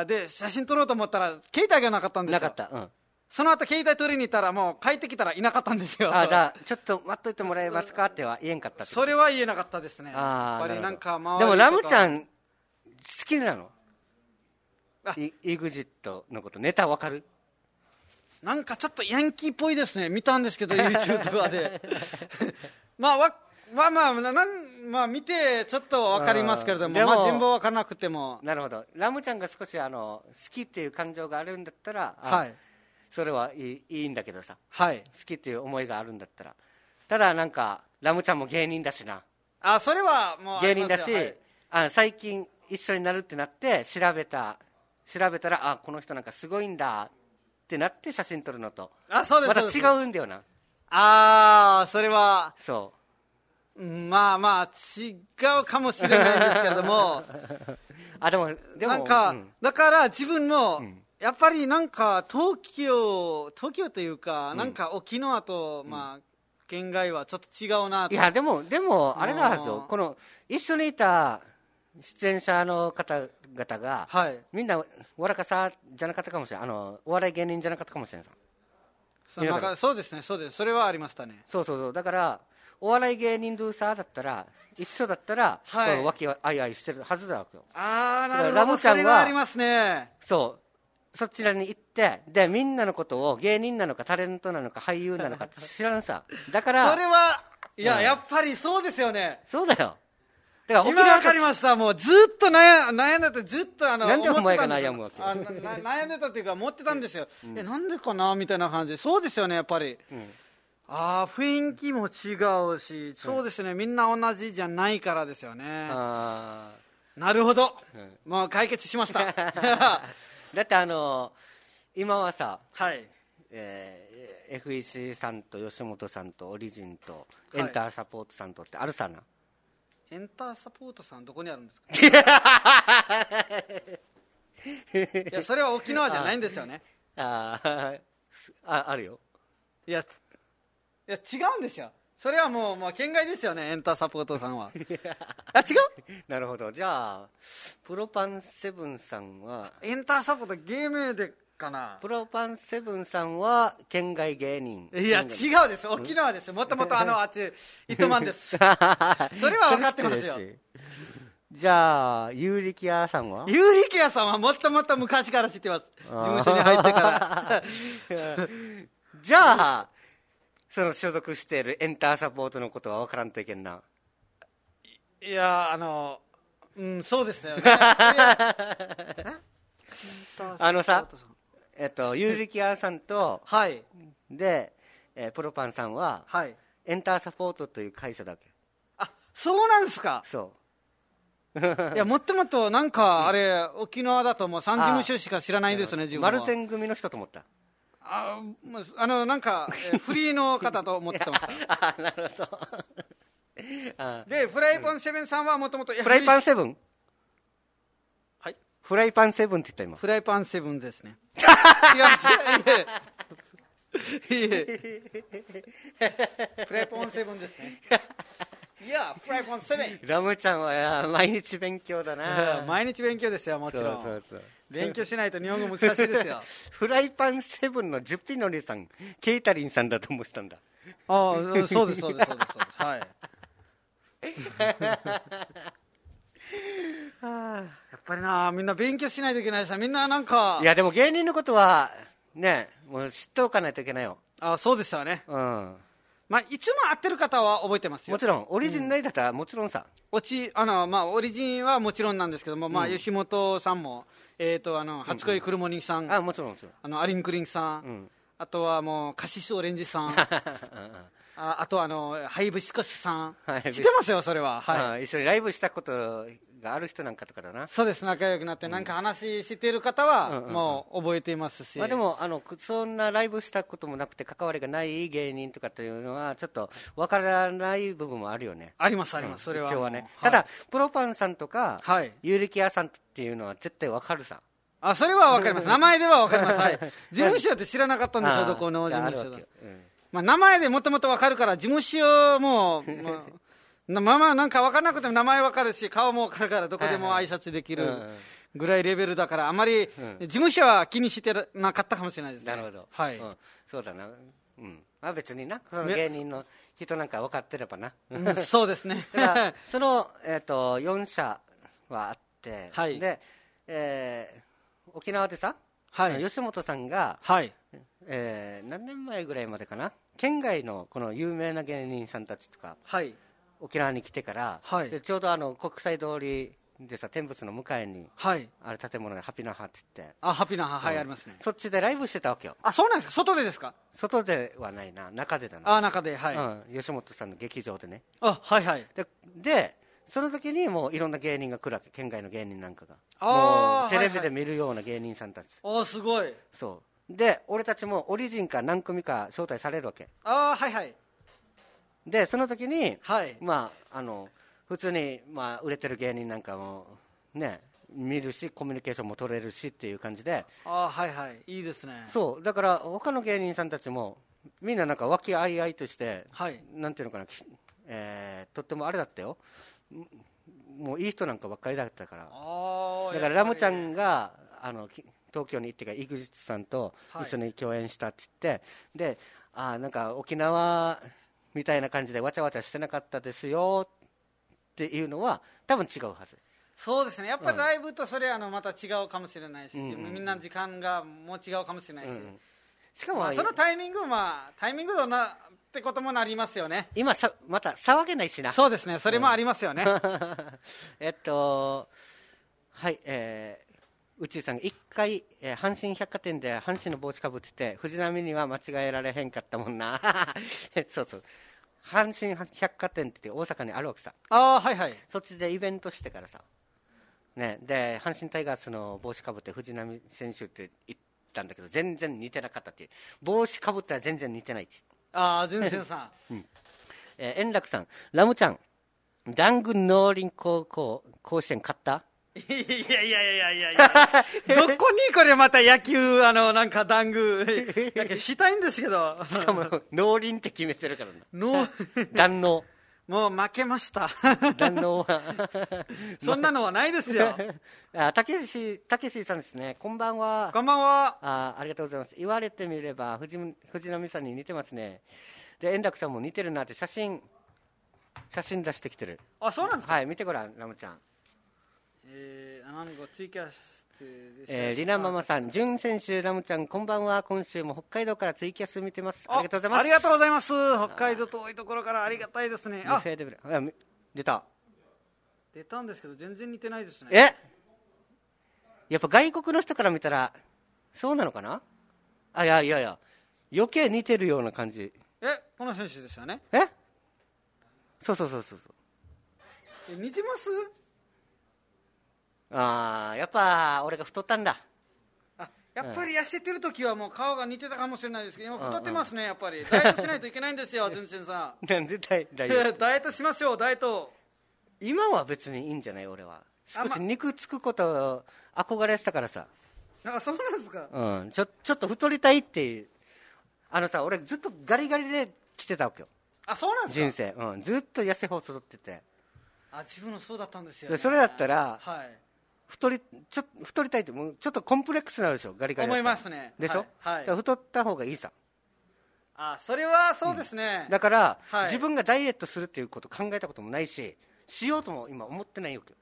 S2: あで、写真撮ろうと思ったら、携帯がなかったん
S1: い。
S2: ですよ。
S1: なかった。うん。
S2: その後、携帯取りに行ったら、もう帰ってきたらいなかったんですよ。
S1: あ、じゃあ、ちょっと待っといてもらえますかっては言えんかったってこと
S2: それは言えなかったですね。
S1: あ
S2: や
S1: あ
S2: っぱりなん
S1: な
S2: か、
S1: るほどでもラムちゃ
S2: ん、
S1: ん好きなの
S2: あ
S1: イイグジットのことネタわかる
S2: なんかちょっとヤンキーっぽいですね、見たんで すけど、YouTube とかで。 まあわまあまあななん、まあ、見てちょっと分かりますけれども、
S1: うんでも
S2: まあ、人望分からなくても、
S1: なるほどラムちゃんが少しあの好きっていう感情があるんだったら、あ
S2: はい、
S1: それはいいいいんだけどさ
S2: はい、
S1: 好きっていう思いがあるんだったらただなんかラムちゃんも芸人だしな
S2: あそれはもうあ
S1: 芸
S2: り
S1: 人
S2: ますよ
S1: だし、
S2: はい
S1: あ最近一緒になるってなって調べた調べたらあこの人なんかすごいんだってなって写真撮るのと
S2: あそうです、
S1: また
S2: そうです
S1: 違うんだよな
S2: ああ、それは、
S1: そ
S2: うんまあまあ、違うかもしれないですけれども、
S1: うあでも でも
S2: なんか、
S1: うん
S2: だから自分も、やっぱりなんか東京、東京というか、なんか沖縄と、まあ、県外はちょっと違うなと
S1: いや、でも、でも、あれだはず
S2: あ
S1: よ
S2: ー。
S1: この、一緒にいた出演者の方々が、
S2: はい、
S1: みんな、わらかさじゃなかったかもしれない。あの、お笑い芸人じゃなかったかもしれない。
S2: その
S1: 見なかっ
S2: 中そうですね、そうです、それはありましたね。
S1: そうそうそう。だから、お笑い芸人ドゥーサーだったら、一緒だったら、
S2: はい
S1: この和気あいあいしてるはずだわけよ。
S2: ああ、
S1: だか
S2: な
S1: ら
S2: る
S1: ラ
S2: ほ
S1: ム
S2: ど、
S1: ちゃんは
S2: それはありますね。
S1: そう。そちらに行って、で、みんなのことを芸人なのかタレントなのか俳優なのか 知らんさ。だか
S2: そ
S1: ら、
S2: れは、いや、
S1: うん
S2: やっぱりそうですよね。
S1: そうだよ。だから、
S2: 今わかり
S1: す。
S2: ました、もうずっと悩悩んでて、ずっとあの、
S1: なんで
S2: 思ってた
S1: お前が
S2: ですよ
S1: 悩むわけ
S2: あなな悩んでたというか、思ってたんですよ、え、なんでかなみたいな感じ、そうですよね、やっぱり。
S1: うん
S2: ああ雰囲気も違うしそうですね、みんな同じじゃないからですよね
S1: あ
S2: なるほど、
S1: うん
S2: もう解決しました
S1: ーだってあの今はさ、
S2: はい
S1: えー FEC さんと吉本さんとオリジンとエ
S2: はい
S1: ンターサポートさんとってあるさな、
S2: エンターサポートさんどこにあるんですか いやそれは沖縄じゃないんですよね
S1: あーああるよ
S2: いやいや違うんですよそれはもうもう県外ですよねエンターサポートさんは あ違う
S1: なるほどじゃあプロパンセブンさんは
S2: エンターサポート芸名でかな
S1: プロパンセブンさんは県外芸人
S2: いや違
S1: 県
S2: うです沖縄ですもともとあのあっ ち糸満 です
S1: 外
S2: それは分かってますよ
S1: それ知ってるしじゃあ有力屋さんは
S2: 有力屋さんはもっともっと昔から知ってます事
S1: あー
S2: 務所に入って から
S1: じゃあその所属しているエンターサポートのことは分からんといけんない
S2: やあのうんそうで すよねいや
S1: あのさえっと有力屋さんと
S2: はい
S1: で、えープロパンさんは
S2: はい
S1: エンターサポートという会社だっけ
S2: あそうなんです か
S1: そう
S2: いやもっともっとなんかあれ沖縄だともう三事務所しか知らないですね自分は
S1: 丸善組の人と思 った
S2: あもうあのなんかえーフリーの方と思ってました
S1: あなるほど あ
S2: でフライパンセブンさんはもともと
S1: フライパン
S2: セ
S1: セブン
S2: ブン
S1: フライパンセブンって言った今
S2: フライパンセブンですね違いますいえいえフライパンセブンですねいやフライパンセブン
S1: ラムちゃんはや毎日勉強だ な
S2: 毎日勉強ですよもち
S1: そう
S2: ろん
S1: そうそう
S2: 勉強しないと日本語難しいですよ
S1: フライパンセブンのジュピノリさんケイタリンさんだと思ってたんだ
S2: ああ うんそうですそうですそうですそうです はいやっぱりなみんな勉強しないといけないさみんななんか
S1: いやでも芸人のことはねもう知っておかないといけないよ
S2: あそうですよね
S1: うん
S2: まあいつも会ってる方は覚えてますよ
S1: もちろんオリジンないだったらもちろんさ、
S2: おちあのまあ、オリジンはもちろんなんですけども、まあ、吉本さんも、えー、とあの初恋くるもりんさん、
S1: あもちろんもちろん
S2: あのアリンクリンさん、
S1: ん
S2: あとはもうカシスオレンジさん ああとはあのハイブシカスさん、
S1: ハイブシ
S2: 知ってますよ、それは、はい
S1: うん一緒にライブしたことがある人なんかとかだな、
S2: そうです仲良くなって、なんか話してる方は、
S1: うんうん
S2: もう覚えていますし、
S1: まあ、でもあのくそんなライブしたこともなくて関わりがない芸人とかっていうのはちょっとわからない部分もあるよね
S2: あります、あります、それは、
S1: 一応はね、
S2: は
S1: た
S2: い
S1: だプロパンさんとか、
S2: はい
S1: 有力屋さんっていうのは絶対わかるさ
S2: あ、それは分かります、名前では分かります、 はい、事務所って知らなかったんですよ、
S1: あー
S2: どこの事務
S1: ある
S2: 所
S1: わ
S2: だ
S1: けようん
S2: まあ、名前でもともと分かるから、事務所も、ま あ、なまあまあなんか分からなくても名前分かるし、顔も分かるから、どこでも挨拶できる
S1: はいはいうんうん
S2: ぐらいレベルだから、あまり事務所は気にしてなかったかもしれないですね。
S1: なるほど、
S2: はい、
S1: うんそうだなうんまあ別になその芸人の人なんか分かってればな
S2: うんそうですね。
S1: ただその、えー、と4社はあって、
S2: はい
S1: でえー沖縄でさ、
S2: はい。
S1: 吉本さんが、
S2: はい。
S1: えー何年前ぐらいまでかな県外のこの有名な芸人さんたちとか
S2: はい。
S1: 沖縄に来てから、
S2: はい
S1: でちょうどあの国際通りでさ天仏の向かいに
S2: はい。
S1: ある建物でハピナハって言って、
S2: あ、ハピな、はい、ありますね。
S1: そっちでライブしてたわけよ
S2: あ、そうなんですか外でですか
S1: 外ではないな中でだな
S2: あ、中で、はい。
S1: うん、吉本さんの劇場でね
S2: あ、はいはい。
S1: ででその時にもういろんな芸人が来るわけ県外の芸人なんかが
S2: あー
S1: もうテレビ
S2: はい
S1: で
S2: は
S1: 見るような芸人さんたち、
S2: おすごい。
S1: そうで俺たちもオリジンか何組か招待されるわけ
S2: あ、はいはい。
S1: でその時に、
S2: はい。
S1: まああの普通に、まあ、売れてる芸人なんかもね見るしコミュニケーションも取れるしっていう感じで
S2: あ、はいはい。いいですね。
S1: そうだから他の芸人さんたちもみんななんか和気あいあいとして、
S2: はい
S1: なんていうのかな、きえーとってもあれだったよんもういい人なんかばっかりだったから
S2: あ
S1: だからラムちゃん
S2: ん。
S1: があのき東京に行ってから EXIT さんと
S2: はい
S1: 一緒に共演したって言って、であーなんか沖縄みたいな感じでわちゃわちゃしてなかったですよっていうのは多分違うはず
S2: そうですね、やっぱりライブとそれあのまた違うかもしれないし、
S1: うんうん
S2: 自分みんな時間がもう違うかもしれないし、
S1: うんうんしかも、
S2: まあ、そのタイミングも、まあ、タイミングだなってこともなりますよね、
S1: 今さまた騒げないしな
S2: そうで すね、それもありますよね、
S1: えっと、はい、えー内井さんが1回、えー阪神百貨店で阪神の帽子かぶってて藤波には間違えられへんかったもんな そうそう阪神百貨店って大阪にあるわけさ
S2: ああはいはい
S1: そっちでイベントしてからさ、ね、で阪神タイガースの帽子かぶって藤浪選手って言ったんだけど、全然似てなかったっていう、帽子かぶったら全然似てないっていう、
S2: ああ純正さん
S1: えー円楽さん、ラムちゃん、ダング農林高校、甲子園勝った
S2: いやいやいやいやいやい やどこにこれまた野球あのなんか談 具なんかしたいんですけど
S1: しか も農林って決めてるからな、
S2: の
S1: 壇能、
S2: もう負けました
S1: 壇能は
S2: そんなのはないですよ
S1: あ、たけし、たけしさんですね、こんばんは。
S2: こんばんは
S1: あーありがとうございます。言われてみれば藤む、藤波さんに似てますね。で、円楽さんも似てるなって写真、写真出してきてる。
S2: あそうなんですか、
S1: はい、見てごらん、ラムちゃん。
S2: えー、なんかツイキャスで
S1: えー、リナママさん、ジュン選手、ラムちゃん、こんばんは。今週も北海道からツイキャス見てます。ありがとうございます。
S2: ありがとうございます北海道遠いところからありがたいですねあ
S1: フェードブルあみ出た。
S2: 出たんですけど全然似てないですね
S1: えやっぱ外国の人から見たら、そうなのかなあ、いやいやいや、余計似てるような感じ。
S2: えこの選手ですよね
S1: えそうそうそうそうそう。
S2: え似てます
S1: ああやっぱ俺が太ったんだ
S2: あやっぱり痩せてる時はもう顔が似てたかもしれないですけど今太ってますねやっぱりダイエットしないといけないんですよ純先さ
S1: なんでだいだ
S2: ん
S1: い
S2: いやダイエットしましょうダイエット
S1: 今は別にいいんじゃない俺は
S2: あ
S1: 少
S2: ま
S1: し肉つくこと憧れてたからさ、
S2: あそうなんですか
S1: うん、ちょちょっと太りたいっていうあのさ俺ずっとガリガリで来てたわけよ
S2: あそうなんですか
S1: 人生、うん、ずっと痩せ細ってて
S2: あ自分のそうだったんですよ、
S1: い
S2: ね、
S1: やそれだったら
S2: はい
S1: 太りちょ太りたいってもうちょっとコンプレックスになるでしょガリガリだったら
S2: 思いますね
S1: でしょ、
S2: はいはい
S1: だから太った方がいいさ
S2: あそれはそうですね、
S1: だから、
S2: はい
S1: 自分がダイエットするっていうこと考えたこともないししようとも今思ってないわけよ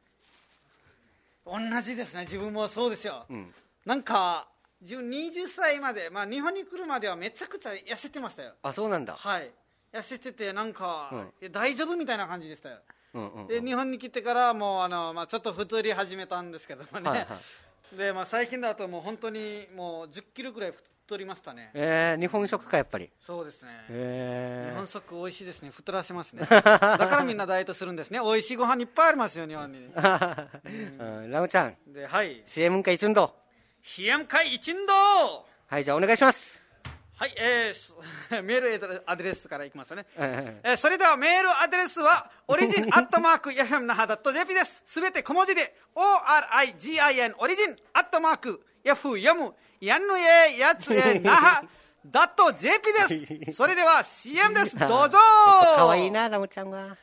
S2: 同じですね自分もそうですよ、
S1: ん
S2: なんか自分20歳まで、まあ、日本に来るまではめちゃくちゃ痩せてましたよ
S1: あそうなんだ、
S2: はい痩せててなんか、
S1: うん
S2: え大丈夫みたいな感じでしたよ
S1: うんうんうん
S2: で日本に来てからもうあの、まあ、ちょっと太り始めたんですけどもね、
S1: はいは
S2: でまあ、最近だともう本当にもう1 0キロぐらい太りましたね
S1: えー、日本食かやっぱり
S2: そうですね、
S1: え
S2: 日本食美味しいですね太らせま すねだからみんなダイエットするんですね美味しいご飯いっぱいありますよ日本に
S1: うんラムちゃん
S2: ではい
S1: CM 会一運動
S2: 冷やん会一んど
S1: はいじゃあお願いします
S2: はい、えーす メールアドレスからいきますよね。
S1: うん
S2: えーそれではメールアドレスは、オリジ ンアットマーク、ヤフムナハ .jp です。すべて小文字で、origin、オリジンアットマーク、ヤフーヤム、ヤンヌエやつえなは .jp です。それでは CM です。どうぞ
S1: かわいいなラムちゃんは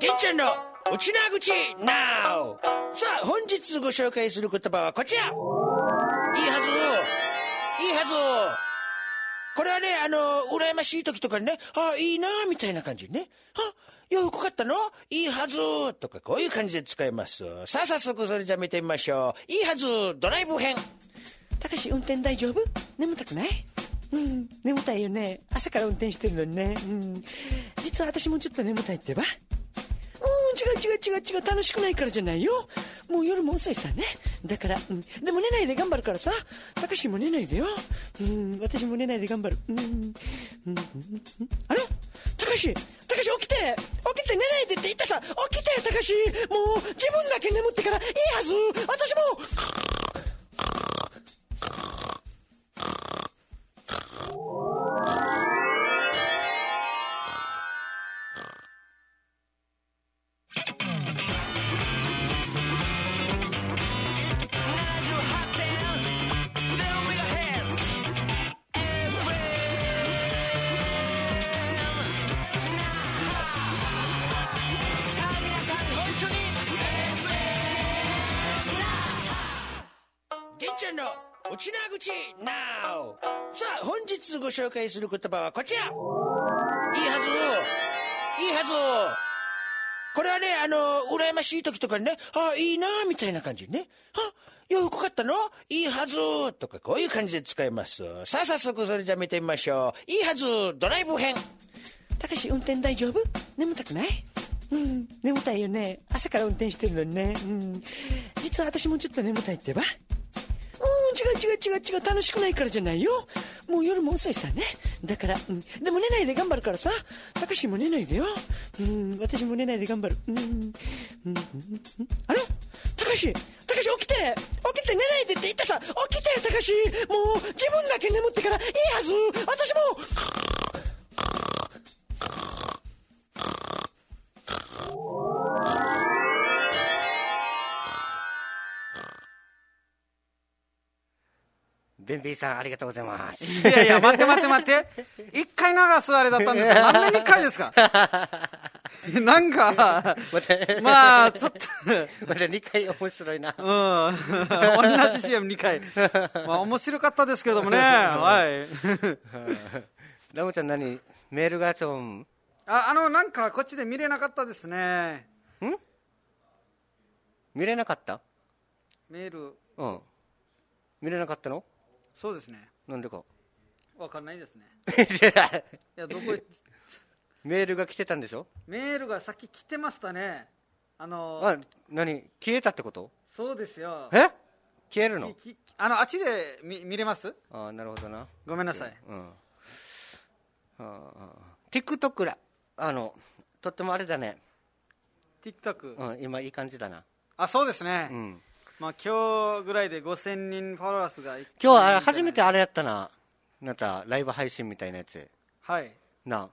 S3: げんちゃんのうちなぐち NOW! さあ、本日ご紹介する言葉はこちらいいはずいいはずこれはね、あの、羨ましい時とかにね、あいいなみたいな感じにね。あ洋服買ったのいいはずとか、こういう感じで使います。さあ、早速それじゃあ見てみましょう。いいはずドライブ編
S4: たかし運転大丈夫眠たくないうん眠たいよね朝から運転してるのにねうん実は私もちょっと眠たいってばうん違う違う違う違う楽しくないからじゃないよもう夜も遅いさねだから、うん、でも寝ないで頑張るからさたかしも寝ないでようん私も寝ないで頑張るうんうんうんうんあれたかしたかし起きて起きて寝ないでって言ったさ起きてたかしもう自分だけ眠ってからいいはず私も
S3: げんちゃんのうちなぐち NOW! さあ、本日ご紹介する言葉はこちらいいはずいいはずこれはね、あの、羨ましい時とかにね、あいいなみたいな感じにね。あ洋服買ったのいいはずとか、こういう感じで使います。さあ、早速それじゃあ見てみましょう。いいはずドライブ編
S4: たかし運転大丈夫眠たくないうん眠たいよね朝から運転してるのにねうん実は私もちょっと眠たいってば違う違う違う違う楽しくないからじゃないよもう夜も遅いさねだから、うん、でも寝ないで頑張るからさたかしも寝ないでよ、うん、私も寝ないで頑張る、うんうんうんうんあれたかしたかし起きて起きて寝ないでって言ったさ起きてたかしもう自分だけ眠ってからいいはず私も
S1: ベンビーさん、ありがとうございます。
S2: いやいや、待って待って待って。一回流すあれだったんです けど、あんなに一回ですか なんか、
S1: また、
S2: まあ、ちょっと、
S1: また2回面白いな。
S2: うん。 同じ CM2 回。まあ、面白かったですけれどもね。はい。
S1: ラムちゃん何メールがちょん。
S2: あ、あの、なんか、こっちで見れなかったですね。
S1: 見れなかった
S2: メール。
S1: うん。見れなかったの
S2: そうですね。
S1: なんでか。
S2: わかんないですね。いや、どこ、
S1: メールが来てたんでしょ
S2: メールがさっき来てましたね。あの、
S1: あ、何消えたってこと
S2: そうですよ。
S1: え消えるの
S2: ききあの、あっちで見見れます
S1: あなるほどな。
S2: ごめんなさい。
S1: うん。ああ TikTok ら、あの、とってもあれだね。
S2: TikTok。
S1: うん、今いい感じだな。
S2: あ、そうですね。
S1: うん。
S2: まあ、今日ぐらいで5000人フォロワー数が今
S1: 今日はあれ初めてあれやったな。なんか、ライブ配信みたいなやつ。
S2: はい
S1: な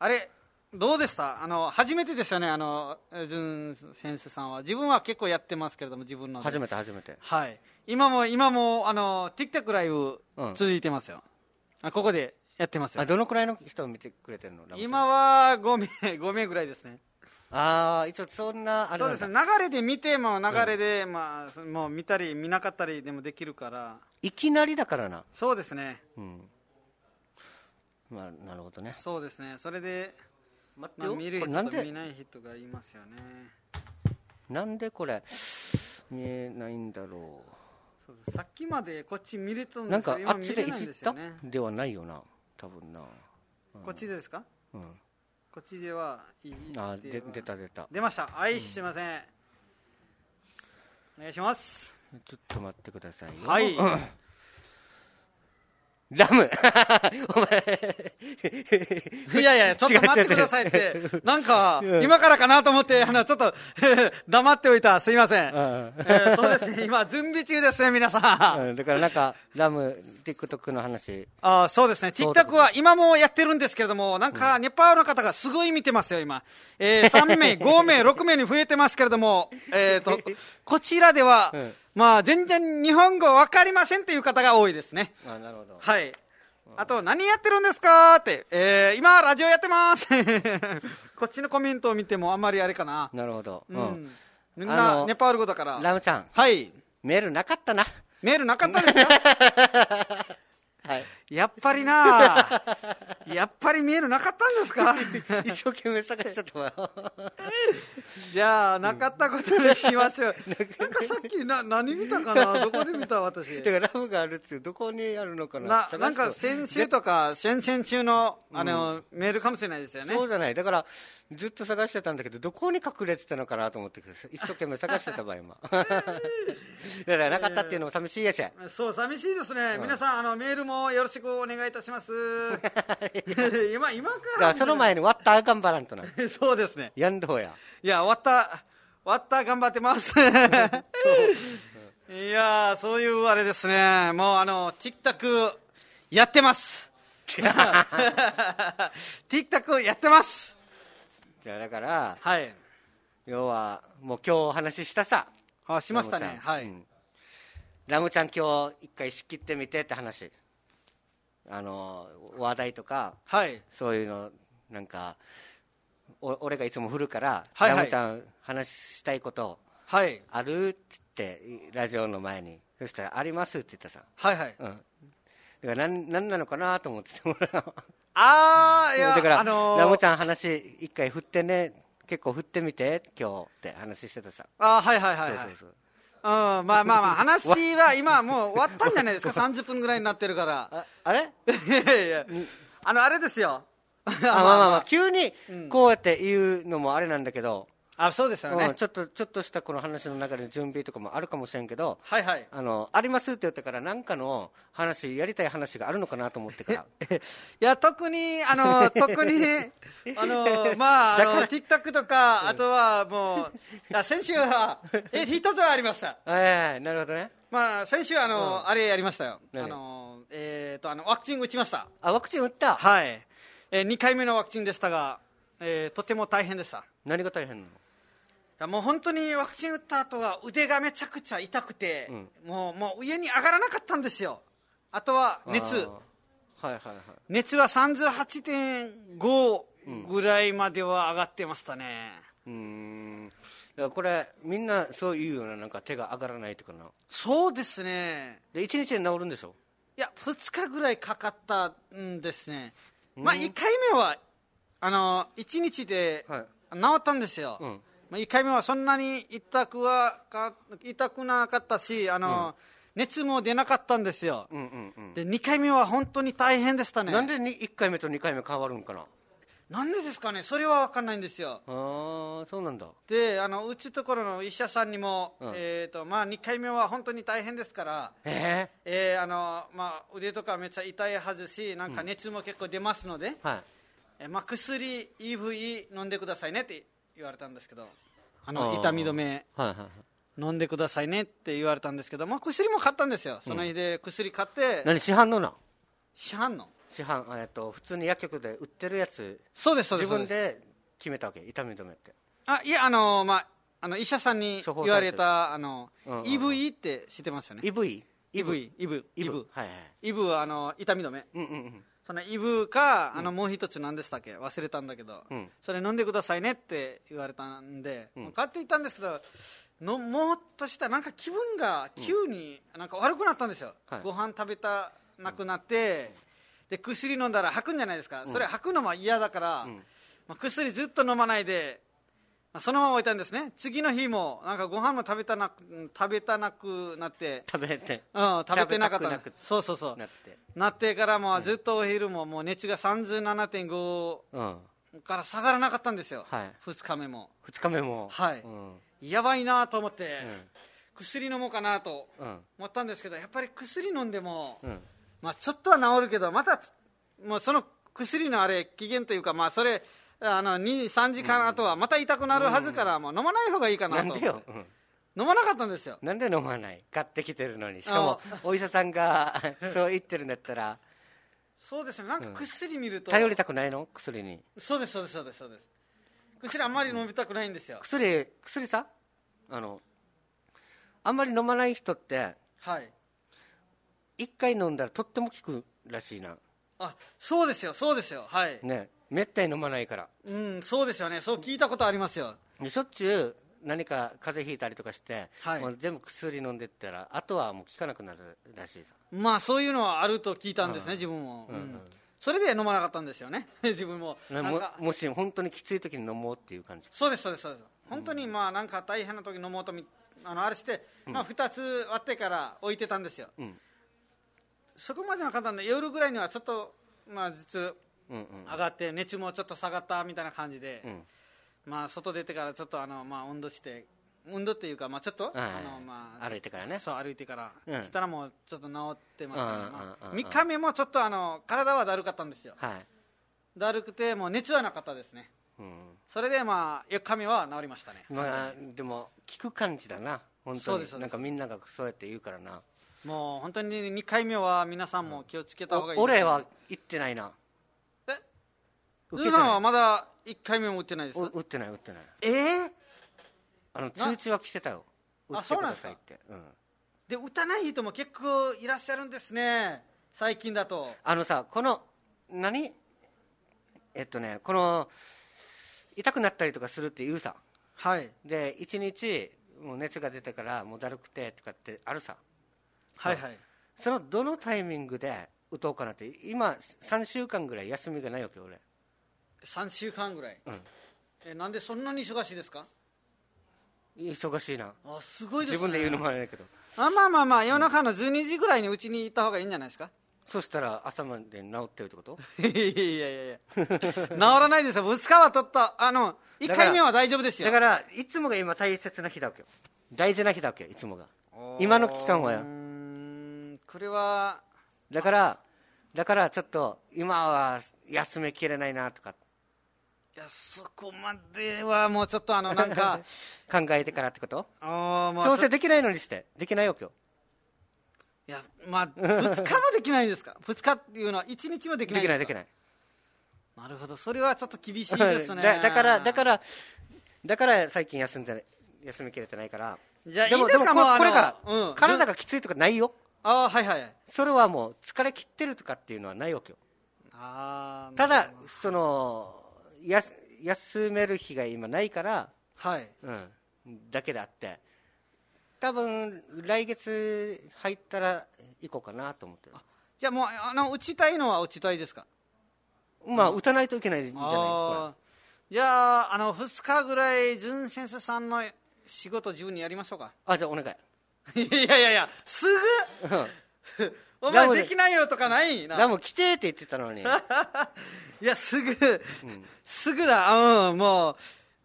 S2: あれどうでしたあの初めてですよねあのジュン選手さんは自分は結構やってますけれども自分の
S1: あ
S2: で
S1: 初めて初めて。
S2: はい今も今もあの TikTok ライブ
S1: うん
S2: 続いてますよ、あここでやってますよ
S1: あ、どのくらいの人を見てくれてるのラムちゃん
S2: 今は5名 5名ぐらいですね
S1: ああ、一応そんな、あれ
S2: そう
S1: なん
S2: で
S1: だ
S2: すね流れで見ても流れで、まあそもう見たり見なかったりでもできるから
S1: いきなりだからな。
S2: そうですね
S1: うん。まあ、なるほどね。
S2: そうですねそれで、
S1: 待
S2: まあ、見る
S1: こ
S2: 人
S1: れなん
S2: と見
S1: で、
S2: ない人がいますよね
S1: なんでこれ、見えないんだろ
S2: そうですさっきまでこっち見れた
S1: う。
S2: ん
S1: な
S2: で
S1: ん
S2: すけど
S1: か、あ
S2: 今
S1: っ
S2: 見
S1: ち
S2: れ
S1: でい
S2: ない
S1: じっ
S2: んです
S1: た
S2: よね
S1: ではないよな。多分な。
S2: こっちですか
S1: うん。
S2: こっちではいじっては
S1: あー、で出た出た。
S2: 出ました愛しません、お願いします
S1: ちょっと待ってくださいよ。
S2: はい
S1: うんラム お前、
S2: いやい やちょっと待ってくださいってなん か今からかなと思ってあのちょっと 黙っておいたすいません、
S1: ん
S2: えーそうですね今準備中ですね皆さん、
S1: うんだからなんか、ラム、TikTok の話。
S2: あーそうですね、
S1: そうだ
S2: TikTok は今もやってるんですけれども、なんかネパールの方がすごい見てますよ、今、えー3名、5名、6名に 増えてますけれども、えー、 とこちらでは、
S1: うん
S2: まあ、全然日本語分かりませんという方が多いですね、
S1: あなるほど。
S2: はい、あと、何やってるんですかって、えー今、ラジオやってます、 こっちのコメントを見ても、あんまりあれかな、
S1: なるほど。
S2: う
S1: うんん。、
S2: みん
S1: あ
S2: な
S1: の
S2: ネパール語だか
S1: ラ
S2: ら、
S1: ムちゃん、
S2: はい、
S1: メールなか ったな。
S2: メールなかったですよ。
S1: はい。
S2: やっぱりなあやっぱり見えるなかったんですか
S1: 一生懸命探してたわ。
S2: じゃあ、なかったことにしましょう。 なんかさっき、な、何見たかなどこで見た私
S1: だ。からラムがあるっていう、どこにあるのかな
S2: な、なんか先週とか、先々週の、あの、メールかもしれないですよね。
S1: そうじゃない。だから、ずっと探してたんだけど、どこに隠れてたのかなと思って、一生懸命探してた場合 も。だからなかったっていうのも寂しいやし。
S2: そう、寂しいですね。皆さん、あの、メールもよろしくお願いいた します。今、今か。
S1: だかららその前に割ったら頑張らんとな。
S2: そうですね。
S1: やんどうや。
S2: いや、終わった、終わった、頑張って ます。いやー、そういうあれですね。もうあの、TikTok やっ てます。TikTok やってます。
S1: じゃあだから、
S2: はい。
S1: 要は、もう今日お話ししたさ。
S2: あ、しました
S1: ラム
S2: ね。
S1: ちゃん
S2: は
S1: う
S2: い。
S1: んラムちゃん今日一回仕切ってみてって話。あの、話題とか、
S2: はい。
S1: そういうの、なんか、お俺がいつも振るから、
S2: はいはい
S1: ラムちゃん、話したいこと
S2: はい。
S1: あるって言って、ラジオの前に、そしたら、ありますって言ったさ、
S2: はいはい。
S1: うん、だからなん、なんなのかなと思ってて、俺は
S2: あー、いや、
S1: だから、
S2: あのー
S1: ラムちゃん、話、一回振ってね、結構振ってみて、今日って話してたさ、
S2: あーはいはいはい、はい。
S1: そうそうそう、
S2: うん、まあまあまあ、話は今もう終わったんじゃないですか。30分ぐらいになってるから。
S1: ああれ
S2: いやいや、あの、あれですよ。
S1: あまあまあまあ、急にこうやって言うのもあれなんだけど、
S2: あそうですよね、
S1: うんちょっとちょっとしたこの話の中で準備とかもあるかもしれんけど
S2: はいはい
S1: あのありますって言ったから何かの話やりたい話があるのかなと思って から
S2: いや特にあの特 にあのまああの TikTok とかあとはもういや先週はえ一つはありました
S1: ええなるほどね
S2: まあ先週あの、あれやりましたよあ
S1: 何
S2: のえっ、とあのワクチン打ちました
S1: あワクチン打った、
S2: はい、え2回目のワクチンでしたが、えーとても大変でしたい
S1: 何が大変なの
S2: やもう本当にワクチン打った後が腕がめちゃくちゃ痛くて、もうもう上に上がらなかったんですよあとは熱
S1: あーはいはいはい
S2: 熱は38.5ぐらいまでは上がってましたね、
S1: うーんだからこれみんなそう言うようななんか手が上がらないとかな
S2: そうですね
S1: で1日で治るんでしょ
S2: いや2日ぐらいかかったんですね、まあ1回目はあの1日で
S1: はい
S2: 治ったんですよ、
S1: ん
S2: まあ、1回目はそんなに痛くはか痛くなかったしあの、熱も出なかったんですよ、
S1: うんうんうん
S2: で2回目は本当に大変でしたね
S1: なんでに1回目と2回目変わるんかな
S2: なんでですかねそれは分かんないんですよ
S1: あーそうなんだ
S2: であのうちところの医者さんにも、
S1: うん
S2: えーとまあ、2回目は本当に大変ですから、
S1: え
S2: えーあのまあ、腕とかめっちゃ痛いはずしなんか熱も結構出ますので、
S1: えはい
S2: えーまあ、薬 EVE 飲んでくださいねって言われたんですけどあ
S1: あ
S2: の
S1: ー
S2: 痛み止め
S1: はいはいはい
S2: 飲んでくださいねって言われたんですけど、まあ、薬も買ったんですよその日で薬買って、
S1: 何市販のな
S2: 市販の
S1: 市販あえっと普通に薬局で売ってるやつ
S2: そうですそう
S1: 自
S2: ですそう
S1: 分
S2: です
S1: で決めたわけ痛み止めって
S2: あいやあのまああの医者さんに
S1: 処方されてる
S2: 言われたあの、
S1: うんうんうん
S2: EVE って知ってますよね
S1: イブイイ
S2: EVE EVE
S1: イブ
S2: EVE
S1: はいはい
S2: はあの痛み止め
S1: うんうんうん
S2: その EVE かあのもう一つ何でしたっけ忘れたんだけど、
S1: うん
S2: それ飲んでくださいねって言われたんで、買っていったんですけどのもっとしたらなんか気分が急になんか悪くなったんですよ、
S1: はい
S2: ご飯食べたなくなって、で薬飲んだら吐くんじゃないですか、それ吐くのも嫌だから、まあ、薬ずっと飲まないで、まあ、そのまま置いたんですね次の日もなんかご飯も食べたなくうん食べたなくなって、
S1: 食べて
S2: うん、食べてなかった
S1: 食
S2: ん
S1: べたくなく
S2: そうそうそう
S1: なって
S2: なってからもうずっとお昼ももう熱が37.5
S1: うん
S2: から下がらなかったんですよ、
S1: はい
S2: 2日目も
S1: 2日目も
S2: はい
S1: うん
S2: やばいなと思って、
S1: うん
S2: 薬飲もうかなと
S1: うん
S2: 思ったんですけどやっぱり薬飲んでも、
S1: うん
S2: まあ、ちょっとは治るけどまたもうその薬のあれ期限というか、まあ、それあの23時間後はまた痛くなるはずから、もう飲まない方がいいか
S1: な
S2: なと
S1: ん
S2: 思っ
S1: で
S2: て
S1: ようん
S2: 飲まなかったんですよ
S1: なんで飲まない買ってきてるのにしかもお医者さんが そう言ってるんだったら
S2: そうですねなんか薬見ると、
S1: 頼りたくないの薬に
S2: そうですそうですそうですそうです薬あんまり飲みたくないんですよ、
S1: 薬薬さあのあんまり飲まない人って
S2: はい
S1: 1回飲んだらとっても効くらしいな
S2: あそうですよそうですよはい
S1: ねめったに飲まないから
S2: うんそうですよねそう聞いたことありますよ
S1: でしょっちゅう何か風邪ひいたりとかして、
S2: はい
S1: もう全部薬飲んでったらあとはもう効かなくなるらしいさ
S2: まあそういうのはあると聞いたんですね、自分も、うんそれで飲まなかったんですよね 自分も
S1: ね
S2: なん
S1: も
S2: か
S1: もし本当にきつい時に飲もうっていう感じ
S2: そうですそうですそうです本当にまあなんか大変な時飲もうとみあのあれして、まあ、2つ割ってから置いてたんですよ、
S1: ん
S2: そこまでなかったんで夜ぐらいにはちょっとまあ頭痛
S1: うんうん
S2: 上がって熱もちょっと下がったみたいな感じで、
S1: ん
S2: まあ外出てからちょっとあのまあ運動して運動っていうかまあちょっと、
S1: いはいはい
S2: あのまあ
S1: 歩いてからね
S2: そう歩いてから、
S1: うん
S2: 来たらもうちょっと治ってましたね、
S1: うん
S2: まあ
S1: うんうんうん
S2: 三日目もちょっとあの体はだるかったんですよ
S1: はい、
S2: だるくてもう熱はなかったですね
S1: うん
S2: それでまあ4日目は治りましたね、
S1: まあでも効く感じだな本
S2: そ
S1: 当
S2: うで
S1: に
S2: すそうです
S1: なんかみんながそうやって言うからな
S2: もう本当に2回目は皆さんも気をつけた方がいい
S1: お
S2: ですね
S1: 俺は行ってないな
S2: え
S1: 受
S2: ル
S1: け
S2: ー
S1: て
S2: さん
S1: な
S2: はいまだ1回目も打ってないです
S1: お打ってない打ってない
S2: えー
S1: あの通知は来てたよ打
S2: あ
S1: って
S2: そう
S1: く
S2: なん
S1: だ
S2: です
S1: さ
S2: か
S1: いってうん
S2: で打たない人も結構いらっしゃるんですね最近だと
S1: あのさこの何えっとねこの痛くなったりとかするって言うさ
S2: はい
S1: で1日もう熱が出てからもうだるくてとかってあるさ
S2: はいはい
S1: そのどのタイミングで打とうかなって今3週間ぐらい休みがないわけ俺
S2: 3週間ぐらい、
S1: うん
S2: えなんでそんなに忙しいですか
S1: 忙しいな
S2: あすごいです
S1: 自
S2: ね
S1: 分で言うのもあれだけど
S2: あまあまあまあ夜中の12時ぐらいにうちに行った方がいいんじゃないですか
S1: そしたら朝まで治ってるってこと
S2: いやいやいや治らないですよ2日は取ったあの1
S1: だから
S2: 回目は大丈夫ですよ
S1: だからいつもが今大切な日だわけよ大事な日だわけよいつもが
S2: おー
S1: 今の期間は
S2: うーんこれは
S1: だからだからちょっと今は休めきれないなとか
S2: いやそこまではもうちょっとあのなん か
S1: 考えてからってこと
S2: あーまあ
S1: 調整できないのにしてできないわけよ
S2: いやまあ2日もできな いですか2日っていうのは1日もで
S1: で
S2: きない
S1: き
S2: ん
S1: ない
S2: す
S1: で
S2: か
S1: きない
S2: なるほどそれはちょっと厳しいです ね
S1: だだからだかららだから最近休んでない休みきれてないから
S2: じゃあ
S1: でも
S2: いいですか
S1: でもこ
S2: もうあの
S1: これが、
S2: うん
S1: 体がきついとかないよ
S2: ああはいはい
S1: それはもう疲れ切ってるとかっていうのはないわけよ
S2: あー
S1: た
S2: なる
S1: だ
S2: ほど
S1: そのやす休める日が今ないから、
S2: はい
S1: うん、だけであって多分来月入ったら行こうかなと思ってる
S2: じゃあもうあの打ちたいのは打ちたいですか
S1: まあ打たないといけないじゃない
S2: あ
S1: こ
S2: ーじゃああの2日ぐらいズン先生さんの仕事自分にやりましょうか
S1: れあじゃあお願い
S2: いやいやいやすぐ お
S1: ラム
S2: 前できないよとかないな
S1: ラム来てって言ってた のに
S2: いや、すぐ、すぐだ、うん、もう、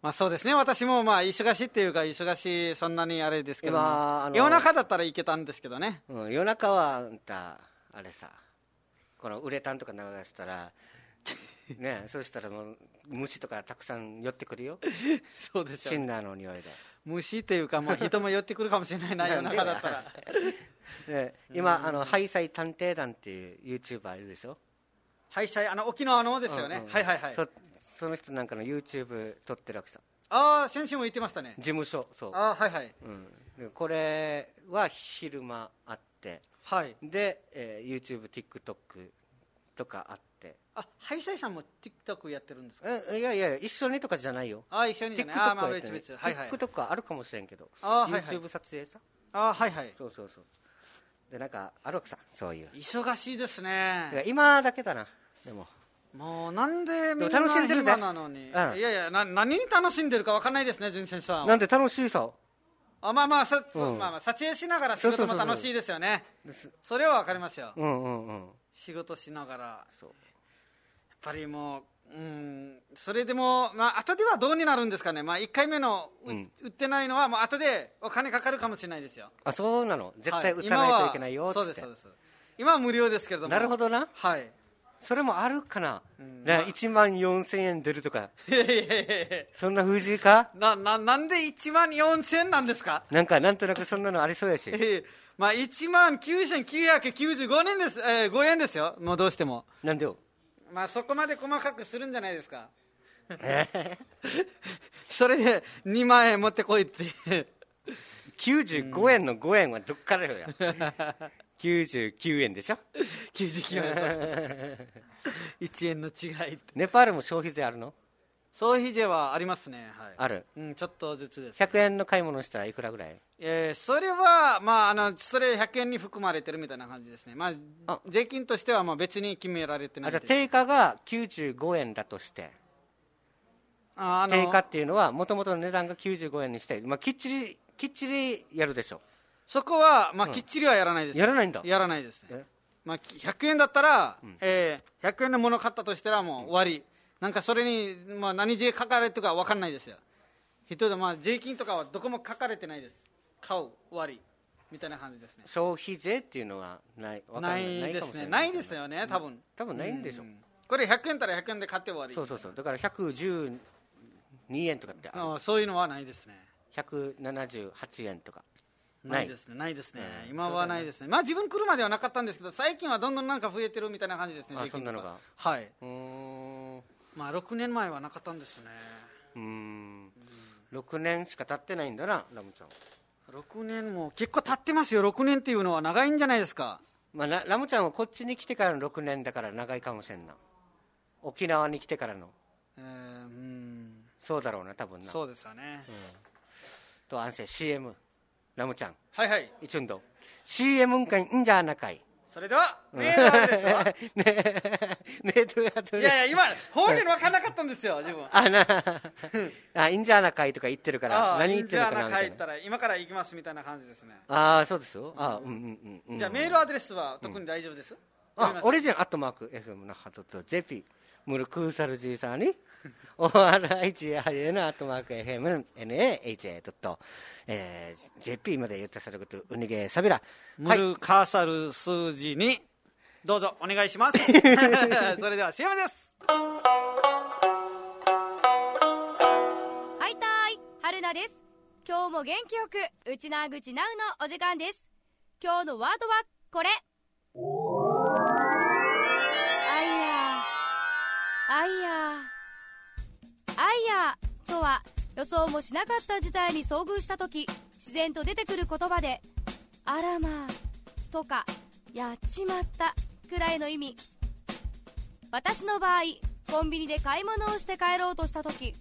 S2: まあそうですね、私もまあ忙しいっていうか、忙しい、そんなにあれですけども
S1: 今あの
S2: 夜中だったらいけたんですけどね、
S1: うん、夜中はあんたあれさこのウレタンとか流した らねそうしたらもう虫とかたくさん寄ってくるよ
S2: そうです
S1: シ
S2: よ、
S1: ンナーの匂いで
S2: 虫っていうか、まあ、人も寄ってくるかもしれないな、夜
S1: なんで
S2: 中だったら。
S1: で今あのハイサイ探偵団っていう YouTuber いるでしょ
S2: はい、しゃいあの沖縄のですよね、
S1: うんうん
S2: はいはいはい、
S1: そその人なんかの YouTube 撮ってるわけさ
S2: ああ、先週も言ってましたね
S1: 事、務所そう、
S2: ああ、はいはい、
S1: うん、でこれは昼間あって
S2: はい、
S1: で、えー YouTubeTikTok とかあって
S2: あはいしゃいさんも TikTok やってるんですか、
S1: えいやいや一緒にとかじゃないよ
S2: ああ、一緒にじゃ
S1: TikTok
S2: ない、ああ、まあ、
S1: はやって
S2: 別
S1: ない
S2: 々、はいはい、
S1: TikTok はあるかもしれんけど
S2: あはいはい
S1: YouTube 撮影さ
S2: ああ、はいはい、
S1: そうそうそうでなんかあるわけさそういう
S2: 忙しいです
S1: だから
S2: ね、
S1: 今だけだなでも
S2: もうなんでみ
S1: で
S2: んな
S1: も楽しんでるぜ
S2: 暇なのに、
S1: うん
S2: いやいやな何に楽しんでるか分かんないですね純先生
S1: な
S2: は
S1: んで楽しいさ
S2: あまあまあさ、そう
S1: うん
S2: まあまあ撮影しながら仕事も楽しいですよね
S1: です
S2: それは分かりますよ、
S1: うんうんうん
S2: 仕事しながらやっ
S1: そう
S2: ぱりもううんそれでもまあ後ではどうになるんですかねまあ1回目のう
S1: うん
S2: 売ってないのはもう後でお金かかるかもしれないですよ
S1: あそうなの絶対
S2: は
S1: 打たないといけないよ
S2: 今
S1: っ
S2: は
S1: つっ
S2: そう
S1: て、
S2: ですそうです今は無料ですけれども
S1: なるほどな
S2: はい
S1: それもあるかな、
S2: ん
S1: だか
S2: ま
S1: ら
S2: あ
S1: 1万4000円出るとか
S2: いやいやいやいや
S1: そんな藤井か
S2: なななんで1万4000円なんですか
S1: なんかなんとなくそんなのありそうやし
S2: ええ まあ、1万9995年です、えー、5円ですよ、もうどうしても、
S1: なんでよ
S2: まあ、そこまで細かくするんじゃないですか、
S1: えー
S2: それで2万円持って こいって、
S1: 95円の5円はどっからよや99円でしょ
S2: 99円、そうです1円の違いって、
S1: ネパールも消費税あるの
S2: 消費税はありますね、はい、
S1: ある
S2: うん、ちょっとずつです、
S1: 100円の買い物したらいくらぐらい
S2: えーそれは、まあ、あのそれ100円に含まれてるみたいな感じですね、まあ
S1: あ、
S2: 税金としてはまあ別に決められてな
S1: あ
S2: い
S1: じゃ
S2: で
S1: あ定価が95円だとして
S2: ああの
S1: 定価っていうのはもともとの値段が95円にして、まあ、きっちりきっちりやるでしょ
S2: そこは、まあ、きっちりはやらないです、
S1: やらないんだ
S2: やらないですね
S1: え
S2: まあ、き100円だったら、えー100円のもの買ったとしたらもう終わり、なんかそれに、まあ、何税書かれてるか分かんないですよ、人で、まあ、税金とかはどこも書かれてないです、買う、終わりみたいな感じですね、
S1: 消費税っていうのはないわから
S2: ないで
S1: かも
S2: す
S1: しれ
S2: ね、ないですよね、多分
S1: 多分ないんでしょ
S2: うんこれ100円たら100円で買って終わり、
S1: そうそうそうだから112円とかってある
S2: あーそういうのはないですね。
S1: 178円とかない
S2: ないですね、ないですね、
S1: うん
S2: 今はないですね、まあ自分来るまではなかったんですけど、最近はどんどんなんか増えてるみたいな感じですね、
S1: あ
S2: 税金
S1: そ
S2: とか
S1: んなのが
S2: はい、
S1: うーんう
S2: まあ6年前はなかったんですね。
S1: ーん6年しか経ってないんだなラムちゃん、
S2: 6年も結構経ってますよ6年っていうのは長いんじゃないですか
S1: まあ、ララムちゃんはこっちに来てからの6年だから長いかもしれんな沖縄に来てからの
S2: えーうん
S1: そうだろうな多分な
S2: そうですよね、
S1: と安静 CM ラムちゃん
S2: はいはい
S1: 一運動 CM んかいんじゃあなかい
S2: それではメールアドレスは
S1: ねえ ねえどうやって
S2: いやいや今方言分からなかったんですよ自分
S1: あなあいいんじゃあなかいとか言ってるから
S2: あ
S1: 何言ってるのかなみ
S2: じゃあ
S1: た
S2: 帰
S1: い
S2: っ
S1: な
S2: たら今から行きますみたいな感じですね、
S1: ああそうですよあうんうんうんうん
S2: じゃあメールアドレスは特に大丈夫です、
S1: あ、オリジンアットマーク FM のハトと JP、ムルクーサルジーさんに、ORHIN アットマーク FMNAHA.JP まで言ったさること、うにげさびら。
S2: ム
S1: はい。
S2: ルカーサル数字に、どうぞお願い します。 それでは CM です。
S5: はいたーい春菜です今日も元気よくうちなーぐちなうのお時間です今日のワードはこれあいやーあいやーあいやーとは予想もしなかった事態に遭遇した時自然と出てくる言葉であらまあとかやっちまったくらいの意味私の場合コンビニで買い物をして帰ろうとした時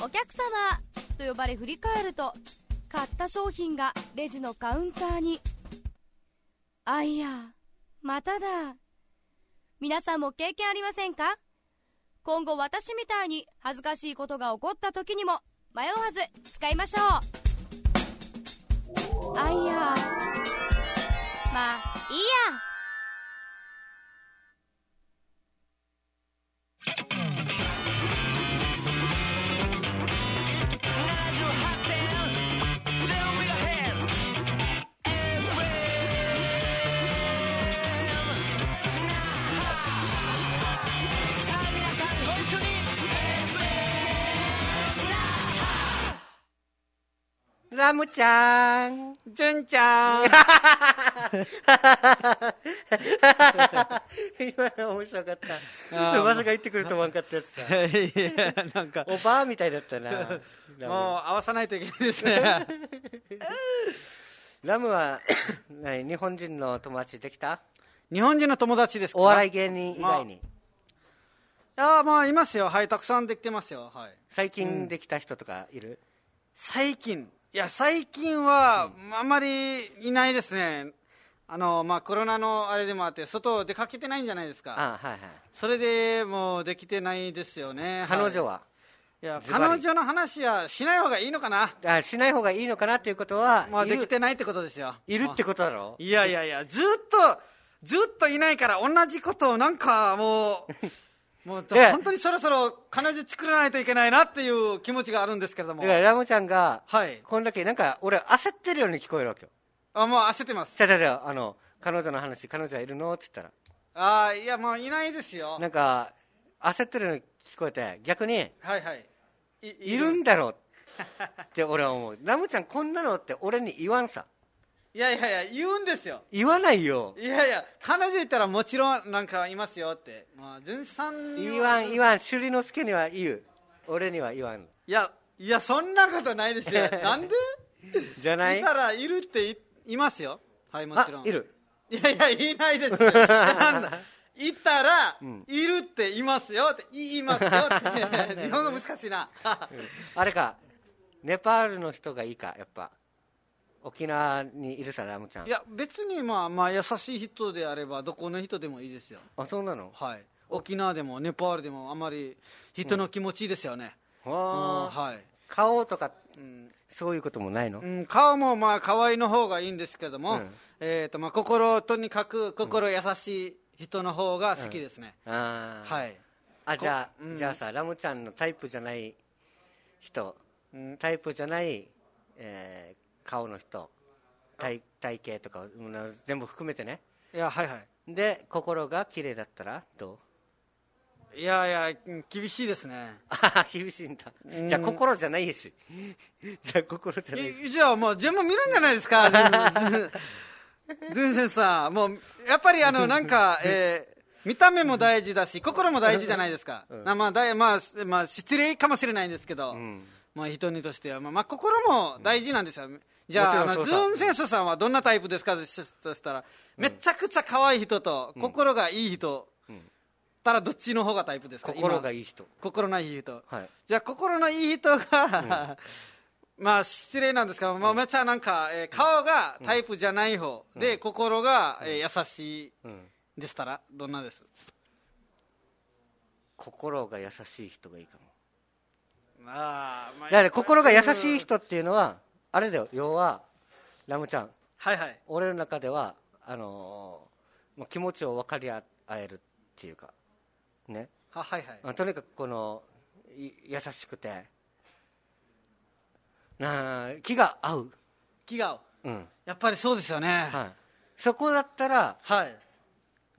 S5: お客様と呼ばれ振り返ると買った商品がレジのカウンターにあいやまただ皆さんも経験ありませんか今後私みたいに恥ずかしいことが起こった時にも迷わず使いましょうあいやまあいいや
S1: ラムちゃん。
S2: じゅんちゃん。
S1: 今の面白かった。
S2: あー
S1: まさか言ってくると思わんかった やつさ。
S2: いや、なんか、
S1: おばあみたいだ ったな。
S2: も
S1: ラム
S2: う合わさないといけないですね。
S1: ラムは、 何日本人の友達できた
S2: 日本人の友達ですか
S1: お笑い芸人以外に。
S2: ああ、まあ、いますよ。はい、たくさんできてますよ。はい。
S1: 最近できた人とかいる
S2: 最近。いや、最近は、あんまりいないですね。あの、まあ、コロナのあれでもあって、外出かけてないんじゃないですか。
S1: あはいはい。
S2: それでもうできてないですよね。
S1: 彼
S2: はい
S1: 女は、
S2: いや、
S1: ズバ
S2: 彼
S1: リ
S2: 女の話はしない方がいいのかな。
S1: あしない方がいいのかなっていうことは、
S2: まあ、
S1: いる
S2: できてないってことですよ。
S1: いるってことだろ
S2: いやいやいや、ずっと、ずっといないから、同じことをなんかも う、もう
S1: いや
S2: 本当にそろそろ彼女作らないといけないなっていう気持ちがあるんですけれども
S1: だか、らラムちゃんが、
S2: はい、
S1: こんだけなんか俺焦ってるように聞こえるわけよ。
S2: あもう焦ってます、
S1: じゃあじゃあじゃああの、彼女の話、彼女はいるのって言っ
S2: あーいや、もういないです
S1: たら、
S2: よ、
S1: なんか焦ってるように聞こえて、逆に、
S2: はいはい、い
S1: いるんだろうって俺は思う。ラムちゃんこんなのって俺に言わんさ。
S2: いやいやいや、言うんですよ、
S1: 言わないよ。
S2: いやいや、彼女いたらもちろんなんかいますよって、まあ、純さんには
S1: 言わん、言わん。朱里之助には言う。俺には言わん。
S2: いや、いや、そんなことないです よ、なんで
S1: じゃない
S2: いたらいるっていいますよ、はい、も
S1: あ
S2: ちろん。、
S1: いる。
S2: いやいや、言いないですよ。なんだいたら、いるって言いますよって、言います よって。日本語難しいな。
S1: あれか、ネパールの人がいいか、やっぱ。沖縄にいるさ、ラムちゃん
S2: い。や、別にまあ、まあ、優しい人であれば、どこの人でもいいですよ。
S1: あ、そうなの
S2: はい。沖縄でも、ネパールでも、あまり人の気持ちいいですよね。うん
S1: はあ。
S2: はい。
S1: 顔とか、
S2: うん
S1: そういうこともないの
S2: うん、顔もまあ可愛いの方がいいんですけども、
S1: うん
S2: えーとまあ、心とにかく心優しい人の方が好きですね、
S1: ああ。
S2: はい、
S1: あ、じゃ
S2: う
S1: あ、
S2: ん
S1: じゃあさ、ラムちゃんのタイプじゃない人、
S2: うん、
S1: タイプじゃない、えー顔の人、体、体型とか、うん全部含めてね。
S2: いやはいはい
S1: で、心が綺麗だったらどう
S2: いやいや、うん厳しいですね。
S1: ああ、厳しいんだ。じゃあ、心じゃないし。 じゃあ、心じゃないし。
S2: いじゃあもう全部見るんじゃないで すか、ズンセンさん。もう、やっぱりあの、なんか、えー見た目も大事だし、心も大事じゃないですか。なまあ、だいまあ、すまあ、失礼かもしれないんですけど、
S1: ん
S2: まあ、人にとしては、まあ、まあ、心も大事なんですよ。じゃあ、あ
S1: もちろ
S2: の、
S1: ん
S2: ズ
S1: そうそう
S2: ンセンスさんはどんなタイプですかとしたら、めちゃくちゃ可愛い人と、心がいい人、たらどっちの方がタイプですか
S1: 心が
S2: い。
S1: いい人。
S2: 今心のいい人。
S1: はい。
S2: じゃあ、心のいい人が、まあ、失礼なんですけど、まあ、めっちゃなんか、えー顔がタイプじゃない方で、心が、えー優し
S1: うん。
S2: いでしたら、どんなです
S1: 心が優しい人がいいかも。
S2: あーまあ、
S1: だから心が優しい。人っていうのは、あれだよ、要は、ラムちゃん、
S2: はいはい。
S1: 俺の中では、あのもう気持ちを分かり合えるっていうかね
S2: ははいはい
S1: あとにかくこのい優しくてなあ気が合う、
S2: 気が合う
S1: うん
S2: やっぱりそうですよね
S1: はい、そこだったら、
S2: はい、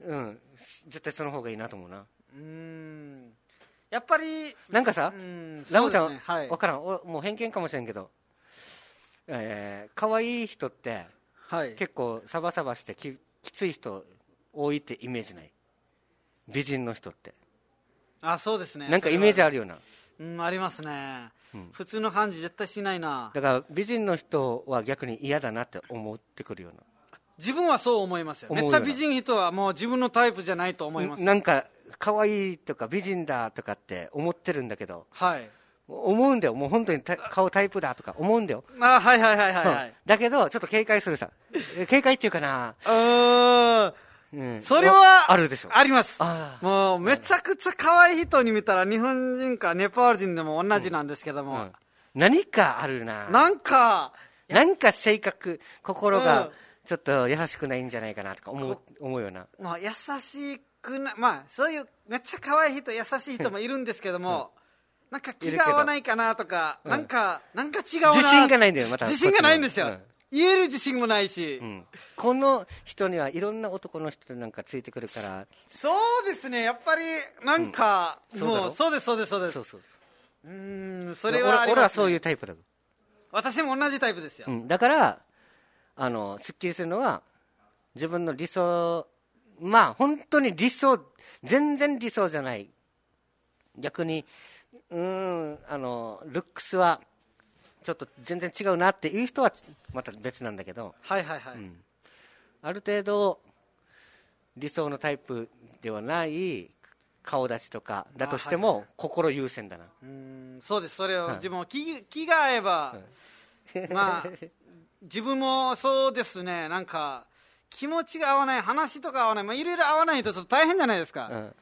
S1: うん、絶対その方がいいなと思うな
S2: うーんやっぱり
S1: なんかさ、
S2: うん
S1: ラムちゃん、
S2: そうですねはい
S1: 分からんおもう偏見かもしれんけどえー可愛、い人って
S2: はい
S1: 結構サバサバしてききつい人多いってイメージない美人の人って
S2: あそうですね
S1: なんかイメージあ
S2: る
S1: るよな
S2: うんありますね、普通の感じ絶対しないな
S1: だから美人の人は逆に嫌だなって思ってくるような
S2: 自分はそう思いますよ
S1: 思うよ
S2: めっ
S1: な
S2: ちゃ美人人はもう自分のタイプじゃないと思います
S1: なんか可愛いとか美人だとかって思ってるんだけど
S2: はい
S1: 思うんだよもう本当にた顔タイプだとか思うんだよ、
S2: あはいはいはいはいは
S1: うん
S2: い
S1: だけどちょっと警戒するさえ警戒っていうかな、
S2: うーん
S1: うん
S2: それは
S1: あるでしょ
S2: あります
S1: あー
S2: もうめちゃくちゃ可愛い人に見たら日本人かネパール人でも同じなんですけど
S1: う
S2: も、
S1: ん何かあるな
S2: なんか
S1: なんか性格心
S2: うん
S1: がちょっと優しくないんじゃないかなとか思う思うよな
S2: まあ、優しくな、まあ、そういうめっちゃ可愛い人、優しい人もいるんですけども、なんか気
S1: いる
S2: が
S1: けど
S2: 合わないかなとか、
S1: うん
S2: なんか、なんか違うな
S1: 自信がないんだよまた
S2: 自信がないんですよ、
S1: こっちも
S2: 言える自信もないし、
S1: うんこの人にはいろんな男の人なんかついてくるから
S2: そうですね、やっぱりなんか、
S1: うんそうだ
S2: も
S1: ろ
S2: うそうです、そうです、そうです、
S1: そううそう
S2: ーん、そ
S1: そ
S2: れはあ
S1: 俺
S2: りますね、
S1: 俺はそういうタイプだ
S2: 私も同じタイプですよ、
S1: うん、だからあのすっきりするのは自分の理想まあ本当に理想全然理想じゃない逆にうーんあのルックスはちょっと全然違うなっていう人はまた別なんだけど
S2: はいはいはい、
S1: んある程度理想のタイプではない顔立ちとかだとして
S2: あはい
S1: も心優先だな、
S2: うーんそうです、それを、
S1: はい
S2: 自分も気気が合えば、まあ、自分もそうですね、なんか、気持ちが合わない、話とか合わない、まあ、いろいろ合わないとちょっと大変じゃないですか、
S1: うん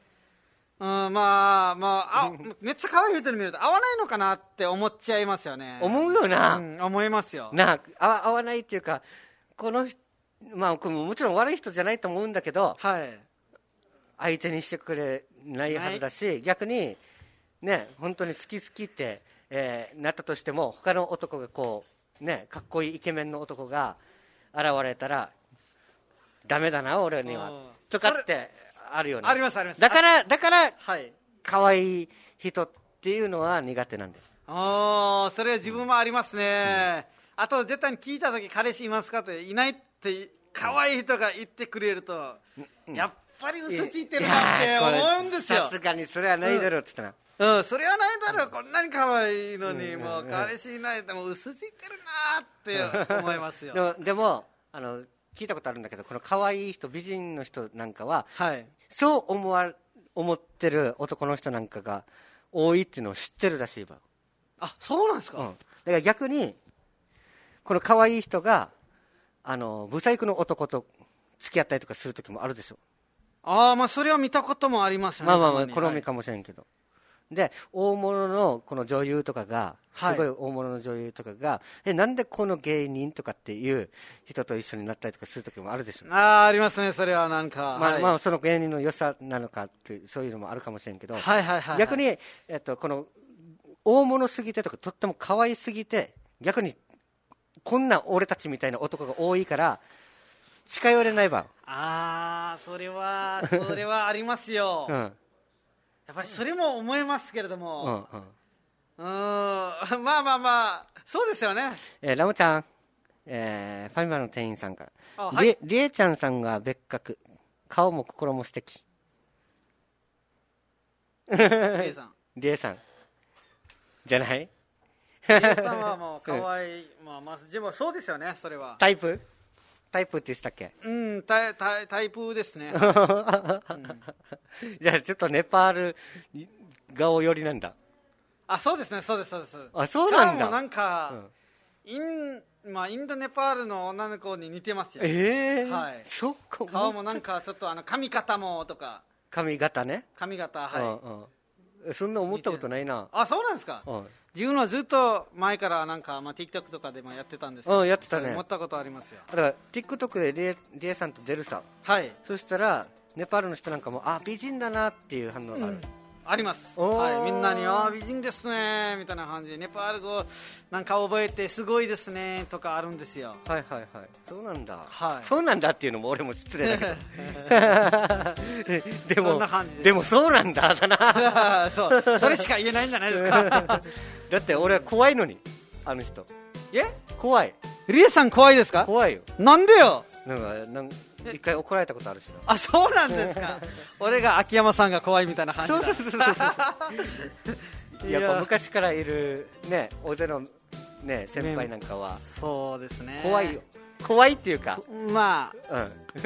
S2: うんまあ、まあ、あめっちゃ可愛い人に見ると、合わないのかなって思っちゃいますよね。
S1: 思うよな、
S2: うん、思いますよ。
S1: なあ合わないっていうかこの人まあこれももちろん悪い人じゃないと思うんだけど
S2: はい、
S1: 相手にしてくれないはずだし、逆にね本当に好き好きって、えーなったとしても他の男がこうねかっこいいイケメンの男が現れたらダメだな俺には
S2: うん
S1: とかってあるよね
S2: ありますあります
S1: だからだから
S2: はい、
S1: 可愛い人っていうのは苦手なんだよ
S2: あーそれは自分もありますね、あと絶対に聞いたとき、彼氏いますかって、いないって、可愛い人が言ってくれると、やっぱり嘘ついてるなって思うんです
S1: いやーこれさ
S2: よ
S1: す、がにそれはないだろうっつったな、
S2: うん、それはないだろう、こんなに可愛いのに、
S1: うん
S2: もう彼氏いないでもう嘘ついてるなーって思いますよ
S1: で。もでもあの聞いたことあるんだけどこの可愛い人美人の人なんかは
S2: はい、
S1: そう思わ思ってる男の人なんかが多いっていうのを知ってるらしいわ、
S2: あそうなんですか、
S1: うん、だから逆にこの可愛い人があのブサイクの男と付き合ったりとかする時もあるでしょ
S2: ああまあそれは見たこともありますよね
S1: まあまあま
S2: た
S1: あ
S2: に
S1: 好みかもしれんけど、で大物のこの女優とかがす
S2: はい
S1: ごい大物の女優とかが、えなんでこの芸人とかっていう人と一緒になったりとかする時もあるでしょ
S2: はい、ああありますねそれはなんか
S1: まあ
S2: はい
S1: まあ、その芸人の良さなのかっていうそういうのもあるかもしれんけど、
S2: はいはいはい
S1: 逆に、えっと、この大物すぎてとかとっても可愛すぎて逆にこんな俺たちみたいな男が多いから近寄れないわ、
S2: ああそれはそれはありますよ、
S1: うんうん
S2: やっぱりそれも思いますけれど
S1: う
S2: も
S1: ん
S2: うん ーんまあまあまあそうですよね
S1: えーラムちゃん、えーファミマの店員さんから
S2: あはい
S1: りえりえちゃんさんが別格顔も心も素敵
S2: ケイさん
S1: りえさんじゃない
S2: ケイさんはもう可愛い、まあまあでもそうですよねそれは
S1: タイプタイプって言ってたっけ
S2: うんタイタイタイプですね
S1: じゃあちょっとネパール顔寄りなんだ。
S2: あそうですねそうですそうです
S1: あそうなんだ
S2: しかもなん
S1: う
S2: か
S1: ん、
S2: インまあ、インドネパールの女の子に似てますよ
S1: ええ
S2: はい
S1: そうか。
S2: 顔もなんかちょっとあの髪型もとか
S1: 髪型ね。
S2: 髪型
S1: うん
S2: は
S1: うんそんな思ったことないな。
S2: いあそうなんですか
S1: うん
S2: 自分はずっと前からなんか、まあ、TikTok とかでもやってたんですけど
S1: うんやってたね
S2: 思ったことありますよ
S1: だから TikTok でリエリエさんと出るさ
S2: はい
S1: そしたらネパールの人なんかもあ美人だなっていう反応がある、
S2: あります、
S1: おー
S2: はい、みんなに「あー美人ですね」みたいな感じでネパール語なんか覚えてすごいですねとかあるんです よ
S1: はいはいはいそうなんだ、
S2: はい
S1: そうなんだっていうのも俺も失礼だけど で
S2: そん
S1: も
S2: な感じです
S1: でもそうなんだ だな
S2: そうそれしか言えないんじゃないです か
S1: だって俺は怖いのにあの人
S2: え
S1: 怖い
S2: リエさん怖いですか
S1: 怖いよ
S2: なんでよ
S1: なんかなん一回怒られたことあるしな
S2: あそうなんです か俺が秋山さんが怖いみたいな感じだ
S1: そうそうそうそう
S2: い や
S1: やっぱ昔からいるね大勢のね先輩なんかは
S2: そうですね
S1: 怖いよ怖いっていうか
S2: まあ
S1: うん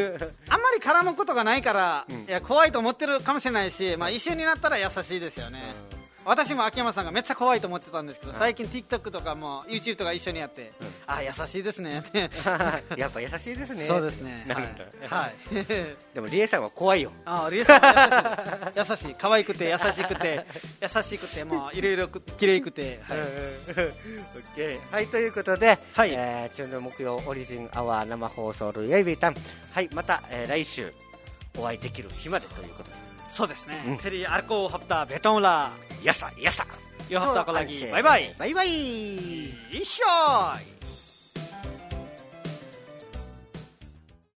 S2: あんまり絡むことがないから、
S1: ん
S2: いや怖いと思ってるかもしれないし、まあ、一緒になったら優しいですよね、私も秋山さんがめっちゃ怖いと思ってたんですけど、最近 TikTok とかも YouTube とか一緒にやって、あ優しいですねって、
S1: やっぱ優しいですね
S2: そうですね
S1: な
S2: は
S1: る
S2: い
S1: んだ、、
S2: はい、
S1: でもリエさんは怖いよ
S2: あリエさんは優しいです優しい可愛くて優しく て優しくてもういろいろく綺麗くて、はい
S1: うんうんうん OK はいということで、
S2: はい
S1: えー、中の木曜オリジンアワー生放送ルイエイビータンはいまた、えー来週お会いできる日までということで
S2: そうですね、
S1: うん
S2: テリーアルコーハプターベトンラ
S1: やさやさ
S2: ーヨハプターコラギバイバイ
S1: バイバイ
S2: 一緒